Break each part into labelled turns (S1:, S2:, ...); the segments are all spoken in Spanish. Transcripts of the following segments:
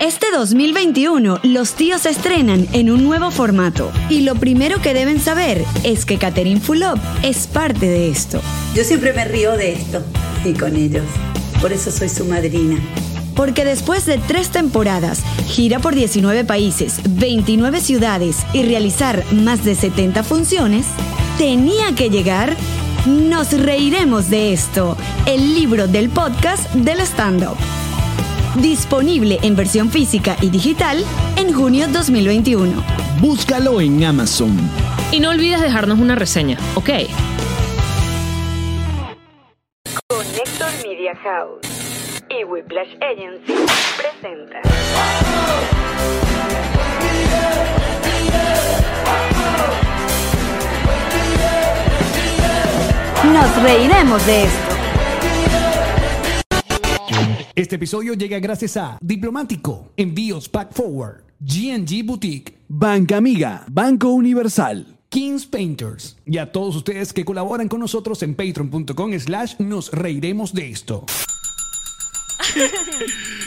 S1: Este 2021, los tíos se estrenan en un nuevo formato. Y lo primero que deben saber es que Catherine Fulop es parte de esto.
S2: Yo siempre me río de esto y con ellos. Por eso soy su madrina.
S1: Porque después de tres temporadas, gira por 19 países, 29 ciudades y realizar más de 70 funciones, tenía que llegar Nos Reiremos de esto, el libro del podcast del stand-up. Disponible en versión física y digital en junio 2021.
S3: Búscalo en Amazon.
S4: Y no olvides dejarnos una reseña, ¿ok?
S5: Connector Media House y Whiplash Agency presenta.
S1: Nos reiremos de esto.
S3: Este episodio llega gracias a Diplomático, Envíos Pack Forward, GNG Boutique, Banca Amiga, Banco Universal. Kings Painters y a todos ustedes que colaboran con nosotros en patreon.com slash nos reiremos de esto.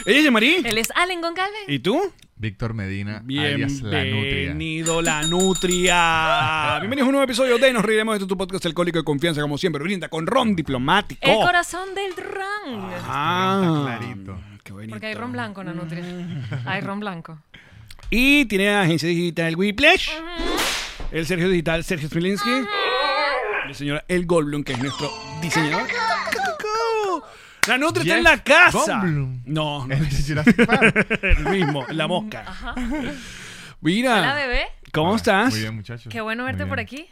S3: Ella es Yamari.
S4: Él es Allen Goncalves.
S3: ¿Y tú?
S6: Víctor Medina, alias La Nutria.
S3: Bienvenido la nutria. Ah, Bienvenidos a un nuevo episodio de Nos Reiremos de Esto, tu podcast alcohólico de confianza, como siempre, brinda con ron diplomático.
S6: Oh.
S4: El corazón del ron.
S3: Ah,
S6: Está clarito.
S3: qué bonito.
S4: Porque hay ron blanco, la nutria.
S6: Mm.
S4: Hay ron blanco.
S3: Y tiene agencia digital Whiplash, el Sergio Digital Sergio Smilinski, la señora El Goldblum, que es nuestro diseñador. La Nutria está en la
S6: Jeff
S3: casa.
S6: Goldblum.
S3: No, no
S6: El de Jurassic Park.
S3: el mismo, la mosca. Mira.
S4: Hola, Ah, bebé.
S3: ¿Cómo estás?
S6: Muy bien, muchachos.
S4: Qué bueno
S6: Muy
S4: verte
S6: bien.
S4: por aquí.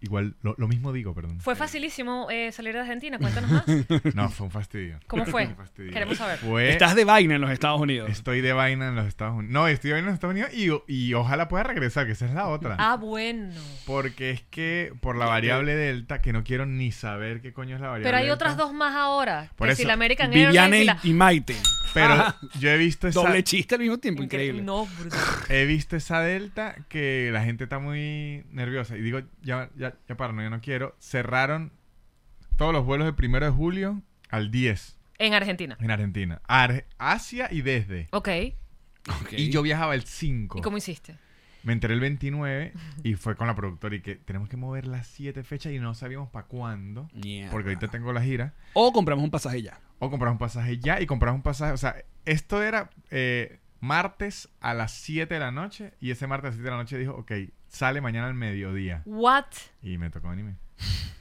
S6: Igual, lo, lo mismo digo, perdón.
S4: Fue facilísimo eh, salir de Argentina. Cuéntanos más.
S6: No, fue un fastidio.
S4: ¿Cómo fue?
S6: un fastidio.
S4: Queremos saber.
S6: Fue-
S3: Estás de vaina en los Estados Unidos.
S6: Estoy de vaina en los Estados Unidos. No, estoy de vaina en los Estados Unidos y, y ojalá pueda regresar, que esa es la otra.
S4: Ah, bueno.
S6: Porque es que por la variable delta, que no quiero ni saber qué coño es la variable
S4: Pero hay
S6: delta,
S4: otras dos más ahora.
S6: Por
S4: que
S6: eso,
S4: si la American
S3: Viviane
S4: Airlines y
S3: y,
S4: la...
S3: y Maite.
S6: Pero
S3: Ajá.
S6: yo he visto esa,
S3: Ah. Doble chiste al mismo tiempo, increíble.
S4: No, brutal.
S6: he visto esa delta que la gente está muy nerviosa. Y digo, ya, ya, ya para, no, ya no quiero. Cerraron todos los vuelos del primero de julio al 10
S4: En Argentina.
S6: en Argentina. Ar- hacia y desde.
S4: Ok.
S3: Ok.
S6: Y yo viajaba el 5.
S4: ¿Y cómo hiciste?
S6: Me enteré el 29 y fue con la productora y que tenemos que mover las 7 fechas y no sabíamos para cuándo.
S3: Mierda.
S6: Porque ahorita tengo la gira.
S3: O compramos un pasaje ya.
S6: O comprar un pasaje ya y comprar un pasaje. O sea, esto era eh, martes a las 7 de la noche. Y ese martes a las 7 de la noche dijo, ok, sale mañana al mediodía.
S4: What?
S6: Y me tocó anime.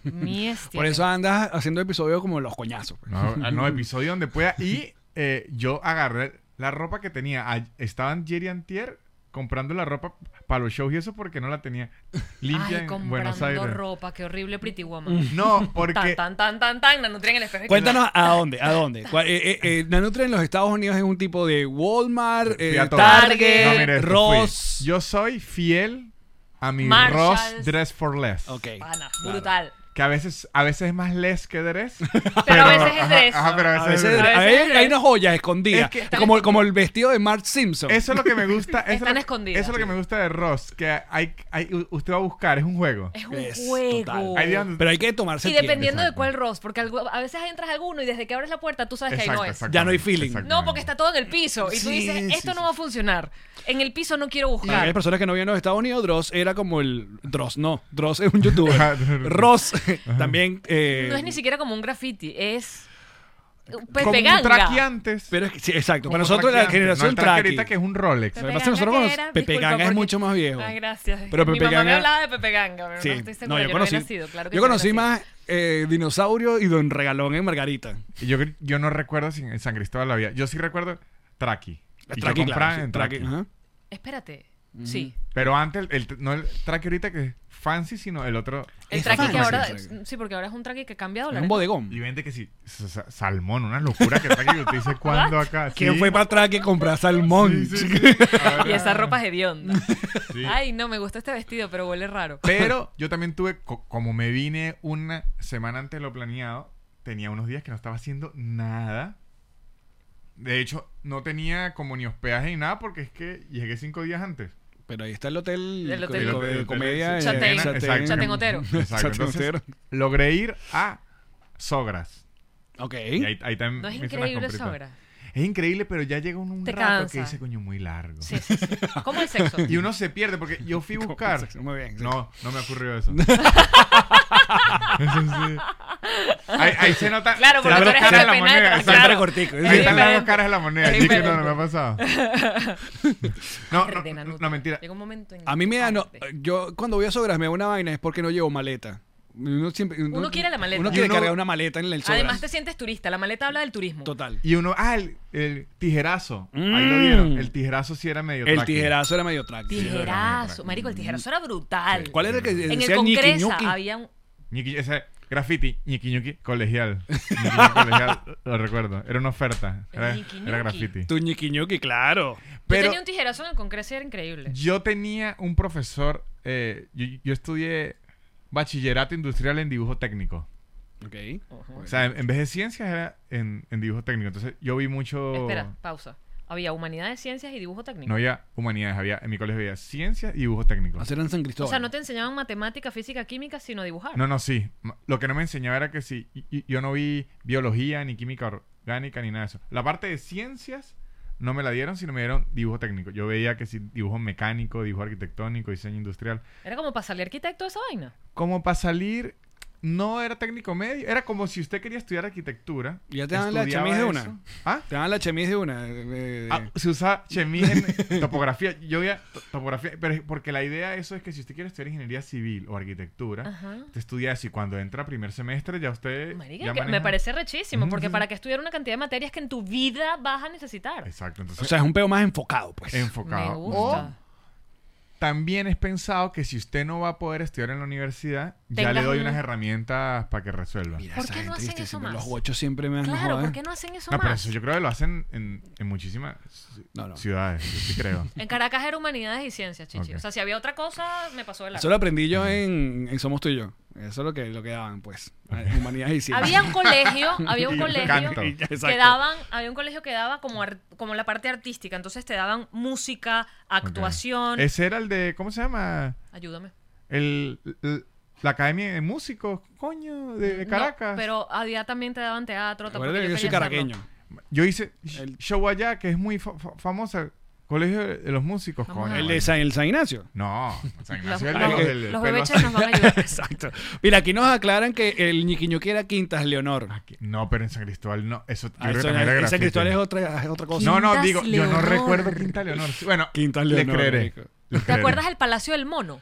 S4: Miestia.
S3: Por eso
S6: ah,
S3: andas haciendo episodios como los coñazos. pues.
S6: No, no, episodio donde pueda. Y eh, yo agarré la ropa que tenía. A- Estaban Jerry Antier comprando la ropa para los shows y eso porque no la tenía limpia
S4: Ay,
S6: en
S4: comprando
S6: Buenos Aires.
S4: ropa. Qué horrible Pretty Woman.
S6: No, porque
S4: Tan, tan, tan, tan, tan. La nutrían en el espejo. y que-
S3: Cuéntanos a dónde, a dónde. ¿Cuál- eh, eh, eh, la Nutria en los Estados Unidos es un tipo de Walmart, eh,
S6: Fui a todo.
S3: Target,
S6: No, mira, esto fui.
S3: Ross.
S6: Yo soy fiel a mi
S4: Marshalls.
S6: Ross Dress for Less.
S3: Ok.
S4: Pana,
S3: Claro.
S4: brutal.
S6: Que a veces, a veces es más less que dress. Pero,
S4: a veces es dress.
S6: Ajá, pero a veces,
S3: A
S6: es
S3: veces,
S6: dress.
S3: a veces hay unas joyas escondidas.
S6: Es que-
S3: como, como el vestido de Mark Simpson.
S6: Eso es lo que me gusta. Eso
S4: Están
S6: es lo-
S4: escondidas.
S6: Eso es lo que me gusta de Ross. Que hay, hay- u- usted va a buscar, es un juego.
S4: Es un
S3: Es
S4: juego.
S3: total.
S6: Hay días donde-
S3: Pero hay que tomarse
S4: Y
S3: el tiempo.
S4: dependiendo de
S6: Exacto.
S4: cuál Ross, porque algo- a veces entras a alguno y desde que abres la puerta tú sabes que ahí
S6: Exacto,
S4: no es.
S6: exactamente,
S3: Ya no hay feeling.
S6: exactamente.
S4: No, porque está todo en el piso. Y tú
S3: Sí,
S4: dices,
S3: sí,
S4: esto
S3: sí.
S4: no va a funcionar. En el piso no quiero
S3: Para
S4: buscar.
S3: aquellas personas que no viven en los Estados Unidos, Dross era como el. Dross, no. Dross es un youtuber.
S6: Ajá.
S3: Ross también. eh,
S4: No es ni siquiera como un graffiti, es uh,
S6: Como
S4: Pepe
S6: un traqui
S4: Ganga.
S6: antes.
S3: Pero es que- sí, exacto.
S6: Como
S3: Para
S6: un
S3: nosotros,
S6: traqui
S3: la
S6: antes. No,
S3: generación
S6: el traqui
S3: traqui.
S6: ahorita que es un Rolex.
S3: Pepe- Lo que pasa es que nosotros
S4: Ganga
S3: conoc-
S4: era-
S3: Pepe
S4: disculpa,
S3: Ganga es
S4: porque-
S3: mucho más viejo.
S4: Ay, gracias.
S3: Pero
S4: Mi
S3: Pepe
S4: mamá me
S3: Ganga-
S4: hablaba de Pepe Ganga, pero
S3: Sí.
S4: no estoy segura.
S3: No, yo,
S4: yo
S3: conocí,
S4: no había nacido, claro que
S3: yo
S4: sí,
S3: conocí
S4: nací.
S3: más eh, Dinosaurio y Don Regalón en Margarita.
S6: Y Yo, yo no recuerdo si en San Cristóbal la había. Yo sí recuerdo Traqui. Y yo
S3: Traqui,
S6: compraba
S3: claro, sí,
S6: en
S3: Traqui,
S6: Traqui.
S3: ajá.
S4: Espérate.
S3: Mm.
S4: Sí.
S6: Pero antes, el, el- no el Traqui ahorita que es fancy, sino el otro.
S4: El
S3: Es
S4: traqui que
S3: fancy,
S4: ahora.
S3: exacto.
S4: Sí, porque ahora es un traqui que cambia
S3: Es
S4: dólares.
S3: un
S4: ¿no?
S3: bodegón.
S6: Y vende que sí. sa- sa- Salmón, una locura que Traqui que usted dice cuándo acá.
S3: ¿Quién
S6: Sí.
S3: fue para atrás que comprar salmón?
S6: Sí, sí, sí.
S4: Y esa ropa es hedionda.
S6: Sí.
S4: Ay, no, me gusta este vestido, pero huele raro.
S6: Pero yo también tuve, co- como me vine una semana antes de lo planeado, tenía unos días que no estaba haciendo nada. De hecho, no tenía como ni hospedaje ni nada porque es que llegué cinco días antes.
S3: Pero ahí está el hotel,
S4: El
S3: co-
S4: hotel.
S3: de
S6: El hotel-
S3: comedia.
S6: el-
S4: Chatein.
S3: eh,
S4: Chatein.
S6: Exacto.
S4: Chatein Otero.
S6: Exacto.
S3: Chatein
S6: Entonces,
S3: Otero.
S6: logré ir a Sogras.
S3: Ok.
S6: Y ahí, ahí también
S4: No es
S6: Mm, me hice unas
S4: increíble
S6: compritas.
S4: sobra.
S6: Es increíble, pero ya llega un, un
S4: Te
S6: rato que
S4: cansa.
S6: dice, coño, muy largo.
S4: Sí, sí, sí. ¿Cómo el sexo?
S6: Y uno se pierde, porque yo fui a
S3: ¿Cómo
S6: buscar.
S3: sexo? Muy bien, sí.
S6: No, no me ocurrió eso. eso sí. ahí, ahí se nota.
S4: Claro,
S6: se
S4: porque
S6: nota
S4: tú eres
S6: cara de la
S4: Penetra,
S6: moneda.
S4: claro.
S6: exacto.
S3: cortico.
S6: Ahí están las dos
S4: diferente.
S6: caras de la moneda.
S4: Es
S6: Yo que no, no me
S4: diferente.
S6: ha pasado. No, no,
S4: Arde,
S6: no,
S4: Nanuto.
S6: no, mentira.
S4: Llega un momento en
S3: A mí me eh, da. No,
S4: Arde.
S3: yo cuando voy a sobras me da una vaina es porque no llevo maleta. Uno, siempre,
S4: Uno quiere la maleta.
S3: Uno
S4: Y
S3: quiere
S6: uno-
S3: cargar una maleta en el sobras.
S4: Además te sientes turista. La maleta habla del turismo.
S3: Total.
S6: Y uno, ah, el, el tijerazo. Ahí lo vieron. El tijerazo sí era medio
S3: Mm. El
S6: tráquil.
S3: tijerazo era medio track.
S4: Tijerazo. Marico, el tijerazo era brutal.
S3: ¿Cuál era el que
S6: Mm.
S4: En el
S3: decía ñiqui,
S4: Congresa
S3: ñuqui?
S4: había un...
S6: Ñiqui- ese graffiti, ñiqui ñiqui, colegial. Ñiqui, ñiqui, colegial, lo recuerdo. Era una oferta. Era,
S4: Ñiqui,
S6: era
S4: ñiqui.
S6: graffiti.
S3: Tu ñiqui ñuqui, claro.
S4: Yo
S6: Pero
S4: tenía un tijerazo en el Congresa y era increíble.
S6: yo tenía un profesor, eh, yo, yo estudié bachillerato industrial en dibujo técnico.
S3: Ok.
S6: O sea, en, en vez de ciencias era en, en dibujo técnico. Entonces yo vi mucho...
S4: Espera, pausa. Había humanidades, ciencias y dibujo técnico.
S6: No había humanidades, había en mi colegio había ciencias y dibujo técnico.
S3: Hacer en San
S4: o
S3: Cristóbal.
S4: sea, no te enseñaban matemática, física, química, sino dibujar.
S6: No, no, sí. Ma- Lo que no me enseñaba era que sí. y- y- Yo no vi biología, ni química orgánica, ni nada de eso. La parte de ciencias no me la dieron, sino me dieron dibujo técnico. Yo veía que sí, dibujo mecánico, dibujo arquitectónico, diseño industrial.
S4: Era como para salir arquitecto esa vaina.
S6: Como para salir, no era técnico medio. Era como si usted quería estudiar arquitectura.
S3: ¿Y ya te dan la
S6: estudiaba
S3: chemise de
S6: eso.
S3: una?
S6: ¿Ah?
S3: Te dan la chemis de una. eh,
S6: Ah, se usa chemise en topografía. Yo veía to- topografía, pero es- porque la idea de eso es que si usted quiere estudiar ingeniería civil o arquitectura,
S4: Ajá.
S6: usted estudia eso y cuando entra a primer semestre ya usted.
S4: Marica,
S6: ya
S4: que me
S6: maneja-
S4: parece rechísimo,
S6: Ujú,
S4: porque
S6: sí,
S4: para
S6: sí.
S4: que estudiar una cantidad de materias que en tu vida vas a necesitar.
S6: Exacto, entonces
S3: o sea, es un peo más enfocado, pues.
S6: enfocado.
S4: Me gusta.
S3: Oh,
S6: También es pensado que si usted no va a poder estudiar en la universidad, ya le
S4: Tengas
S6: doy
S4: una-
S6: unas herramientas para que resuelva.
S3: Mira,
S4: ¿Por
S3: esa
S4: qué no
S3: gente,
S4: hacen
S3: ¿viste?
S4: eso
S3: Siempre
S4: más?
S3: Los gochos siempre me han
S4: claro,
S3: jodido.
S4: ¿por qué no hacen eso
S6: No, pero
S4: más?
S6: eso yo creo que lo hacen en, en muchísimas
S3: No, no.
S6: ciudades, yo sí creo.
S4: En Caracas era humanidades y ciencias, chichi.
S6: Ok.
S4: O sea, si había otra cosa, me pasó de la.
S3: Eso lo aprendí yo en, en Somos tú y yo. Eso es lo que, lo que daban, pues. Humanidades y ciencias.
S4: Había un colegio, había
S6: Y
S4: un colegio
S6: canto.
S3: Exacto.
S4: que daban, había un colegio que daba como ar- como la parte artística, entonces te daban música, actuación,
S6: Ok. Ese era el de, ¿cómo se llama?
S4: ayúdame.
S6: El, el- la Academia de Músicos, coño, de, de
S4: No,
S6: Caracas.
S4: pero había también te daban teatro, tampoco
S3: Acuérdate que yo soy
S4: quería hacerlo.
S3: caraqueño.
S6: Yo hice sh-
S3: El-
S6: show allá, que es muy fa- fa- famosa, Colegio de, de los Músicos,
S4: Vamos
S6: coño.
S4: a-
S3: El de San, el San Ignacio.
S6: No, San
S4: Los,
S6: Ignacio es
S3: Ay,
S6: los
S3: que-
S6: del pelo
S4: los bebeches
S6: así.
S4: nos van a ayudar.
S3: Exacto. Mira, aquí nos aclaran que el ñiquiñoqui era Quintas Leonor.
S6: Aquí- No, pero en San Cristóbal no. Eso, Ah, yo
S3: Ah,
S6: creo que
S3: eso
S6: también
S3: no-
S6: era
S3: ese
S6: grafiti.
S3: Cristóbal es otra, es otra cosa.
S6: No, no,
S4: Quintas
S6: digo, yo no
S4: Leonor.
S6: recuerdo Quinta Leonor. Sí, Bueno,
S3: Quintas
S6: le
S3: Leonor,
S6: creeré.
S3: marico.
S6: le
S4: ¿Te
S6: creeré.
S4: acuerdas del Palacio del Mono?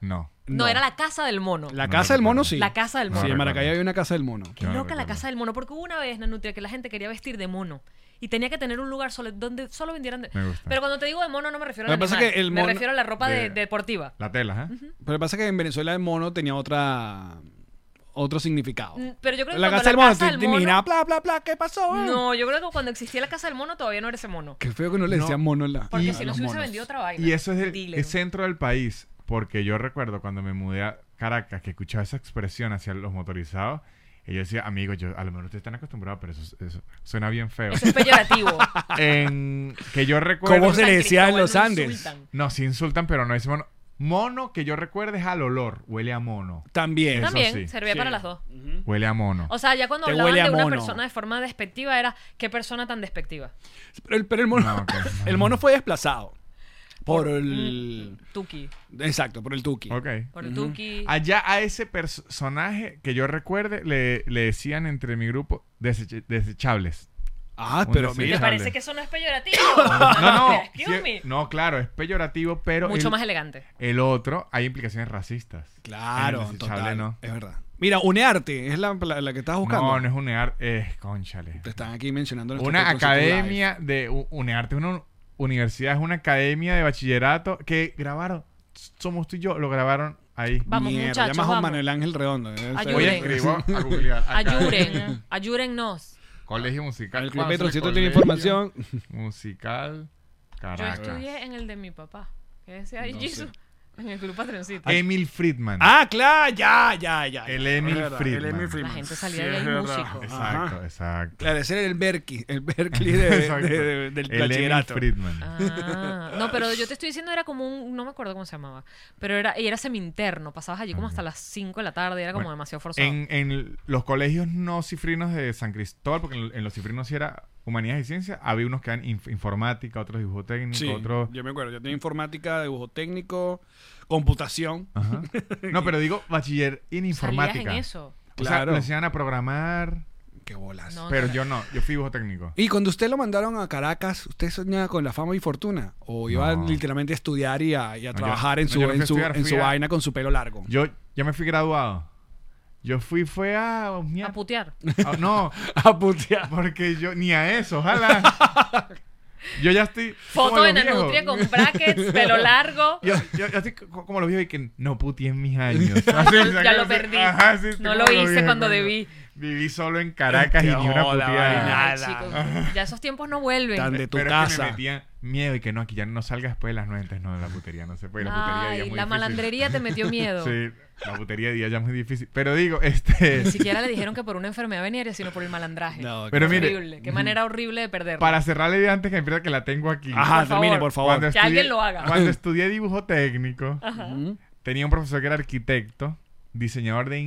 S6: No.
S4: No, era la Casa del Mono.
S3: La
S6: No
S3: casa del
S6: recuerdo.
S3: mono, sí.
S4: La Casa del
S6: No
S3: Sí,
S4: Mono.
S3: en
S6: recuerdo.
S3: Maracay había una casa del mono.
S4: Qué
S6: No
S4: loca la
S6: recuerdo.
S4: casa del mono, porque hubo una vez, Nanutria, que la gente quería vestir de mono. Y tenía que tener un lugar solo, donde solo vendieran de...
S6: Me gusta.
S4: Pero cuando te digo de mono no me refiero
S3: Lo
S4: a
S3: que pasa es que el mono-
S4: Me refiero a la ropa de-
S6: de-
S4: deportiva.
S6: La tela, ¿eh?
S3: Pero lo que pasa es que en Venezuela el mono tenía otra otro significado.
S4: Mm, Pero yo creo que
S3: La
S4: cuando
S3: casa del
S4: la
S3: mono,
S4: casa
S3: te,
S4: del
S3: te
S4: mono-
S3: imaginabas, bla, bla, bla, ¿qué pasó? eh?
S4: No, yo creo que cuando existía la casa del mono todavía no era ese mono.
S3: Qué feo que no le decían mono a la.
S4: Porque
S3: a
S4: si no
S3: los
S4: se hubiese
S3: monos.
S4: vendido otra vaina.
S6: Y eso es del
S4: Dile.
S6: el centro del país. Porque yo recuerdo cuando me mudé a Caracas que escuchaba esa expresión hacia los motorizados. Y yo decía, amigos, yo, a lo mejor ustedes están acostumbrados, pero eso, eso suena bien feo.
S4: Eso es peyorativo.
S6: en, que yo recuerdo.
S3: ¿Cómo se le
S4: San
S3: decía en
S4: Cristóbal
S3: los
S4: lo
S3: Andes?
S4: insultan.
S6: No, sí insultan, pero no es mono. Mono que yo recuerde es al olor. Huele a mono.
S3: También.
S6: Eso
S4: También,
S6: sí.
S4: servía
S3: Sí.
S4: para las dos.
S6: Huele a mono.
S4: ¿Mm? O sea, ya cuando
S3: Te
S4: hablaban
S3: huele a
S4: de una
S3: mono.
S4: persona de forma despectiva era, ¿qué persona tan despectiva?
S3: Pero el, pero el mono,
S6: No, ok, no.
S3: el mono fue desplazado. Por el.
S4: Tuki.
S3: Exacto, por el Tuki.
S6: ok.
S4: Por el Tuki.
S6: Allá a ese perso- personaje que yo recuerde le, le decían entre mi grupo desech- desechables.
S3: Ah,
S6: Un
S3: pero
S6: deseo.
S4: ¿Te
S3: mira.
S4: parece que eso no es peyorativo?
S6: No, no.
S4: Excuse
S6: sí,
S4: me.
S6: no, claro, es peyorativo, pero
S4: Mucho
S6: el,
S4: más elegante.
S6: el otro hay implicaciones racistas. En
S3: Claro,
S6: el desechable
S3: total.
S6: no.
S3: Es verdad. Mira, Unearte es la, la- la que estás buscando.
S6: No, no es e unear, es conchale.
S3: Te están aquí mencionando nuestro
S6: eh, Una
S3: Culture Circle Live.
S6: academia de u- unearte, una un- universidad, es una academia de bachillerato que grabaron, somos tú y yo, lo grabaron ahí.
S4: Vamos,
S3: Mierda,
S4: muchachos,
S3: llamas a
S4: vamos.
S3: Manuel Ángel Redondo. eh,
S4: Ayuden.
S6: Voy a
S3: oye,
S6: escribir a googlear.
S4: Ayuren,
S6: Academia,
S4: ayúrennos.
S6: Colegio musical.
S3: El Club
S6: Juanse,
S3: Petroncito tiene
S6: colegio.
S3: información.
S6: Musical
S4: Yo
S6: Caracas.
S4: estudié en el de mi papá. ¿Qué decía ahí,
S3: No
S4: Jesús?
S3: sé.
S4: En el club patroncito.
S6: Emil Friedman.
S3: Ah, claro, ya, ya, ya.
S6: El
S3: ya.
S6: Emil
S3: Es verdad,
S6: Friedman.
S4: La gente salía de ahí músico.
S6: exacto,
S3: Ajá.
S6: exacto.
S3: Claro, ese era el Berkeley, el Berkeley de- de-
S6: Exacto.
S3: de- de- del
S6: El Emil
S3: bachillerato.
S6: Friedman.
S4: Ah, no, pero yo te estoy diciendo era como un, no me acuerdo cómo se llamaba, pero era, y era semi-interno, pasabas allí como hasta las 5 de la tarde, era como
S6: Bueno,
S4: demasiado forzado.
S6: En, en los colegios no cifrinos de San Cristóbal, porque en, en los cifrinos sí era humanidades y ciencias, había unos que eran inf- informática, otros dibujo técnico,
S3: Sí,
S6: otros...
S3: yo me acuerdo. Yo tenía informática, dibujo técnico, computación.
S6: Ajá. No, pero digo bachiller en informática.
S4: Salías en eso.
S6: Claro.
S3: Claro.
S6: O sea, me enseñaban a programar,
S3: Qué bolas.
S4: No,
S6: pero
S4: no,
S6: yo no, yo fui dibujo técnico.
S3: Y cuando usted lo mandaron a Caracas, ¿usted soñaba con la fama y fortuna? ¿O iba
S6: No.
S3: literalmente a estudiar y a, y a
S6: No, yo-
S3: trabajar en
S6: no,
S3: su,
S6: yo no fui
S3: en
S6: a
S3: su,
S6: estudiar,
S3: en
S6: fui
S3: su
S6: a-
S3: vaina con su pelo largo?
S6: Yo ya me fui graduado. Yo fui, fue a...
S4: A putear.
S6: Ah, no,
S3: a putear.
S6: porque yo ni a eso, ojalá. Yo ya estoy. como
S4: Foto
S6: los
S4: en
S6: viejos.
S4: Anutria con brackets, pelo largo.
S6: Yo, yo- yo estoy co- como los viejos y que no puteé en mis años. Así,
S4: Ya
S6: o sea,
S4: lo
S6: así,
S4: perdí.
S6: sí, estoy
S4: No
S6: como
S4: lo
S6: los
S4: hice
S6: viejos,
S4: cuando
S6: coño.
S4: debí.
S6: Viví solo en Caracas y ni una
S3: Joda,
S6: puteada.
S3: vaina.
S4: Ay, chicos, ya esos tiempos no vuelven.
S3: Tan de tu
S6: Pero es que me
S3: casa.
S6: metía miedo y que no, aquí ya no salgas después de las 9, entonces no, de la putería no se puede. La putería ya es
S4: Ay,
S6: muy
S4: la
S6: difícil.
S4: malandrería te metió miedo.
S6: Sí, la putería de día ya es muy difícil. Pero digo, este.
S4: Ni siquiera le dijeron que por una enfermedad venérea, sino por el malandraje.
S3: No,
S4: Qué
S6: Pero mire-
S4: horrible. Qué manera horrible de perderlo.
S6: Para cerrar la idea antes que empiece, que la tengo aquí.
S3: Ajá,
S4: Por
S3: termine,
S4: favor.
S3: por favor.
S6: Cuando
S4: Que alguien lo haga.
S6: Cuando estudié dibujo técnico,
S3: Ujú,
S6: tenía un profesor que era arquitecto, diseñador de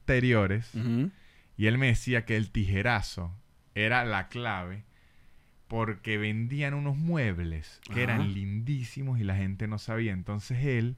S6: interiores,
S3: ujú.
S6: y él me decía que el tijerazo era la clave porque vendían unos muebles que
S3: Ajá.
S6: eran lindísimos y la gente no sabía. Entonces él,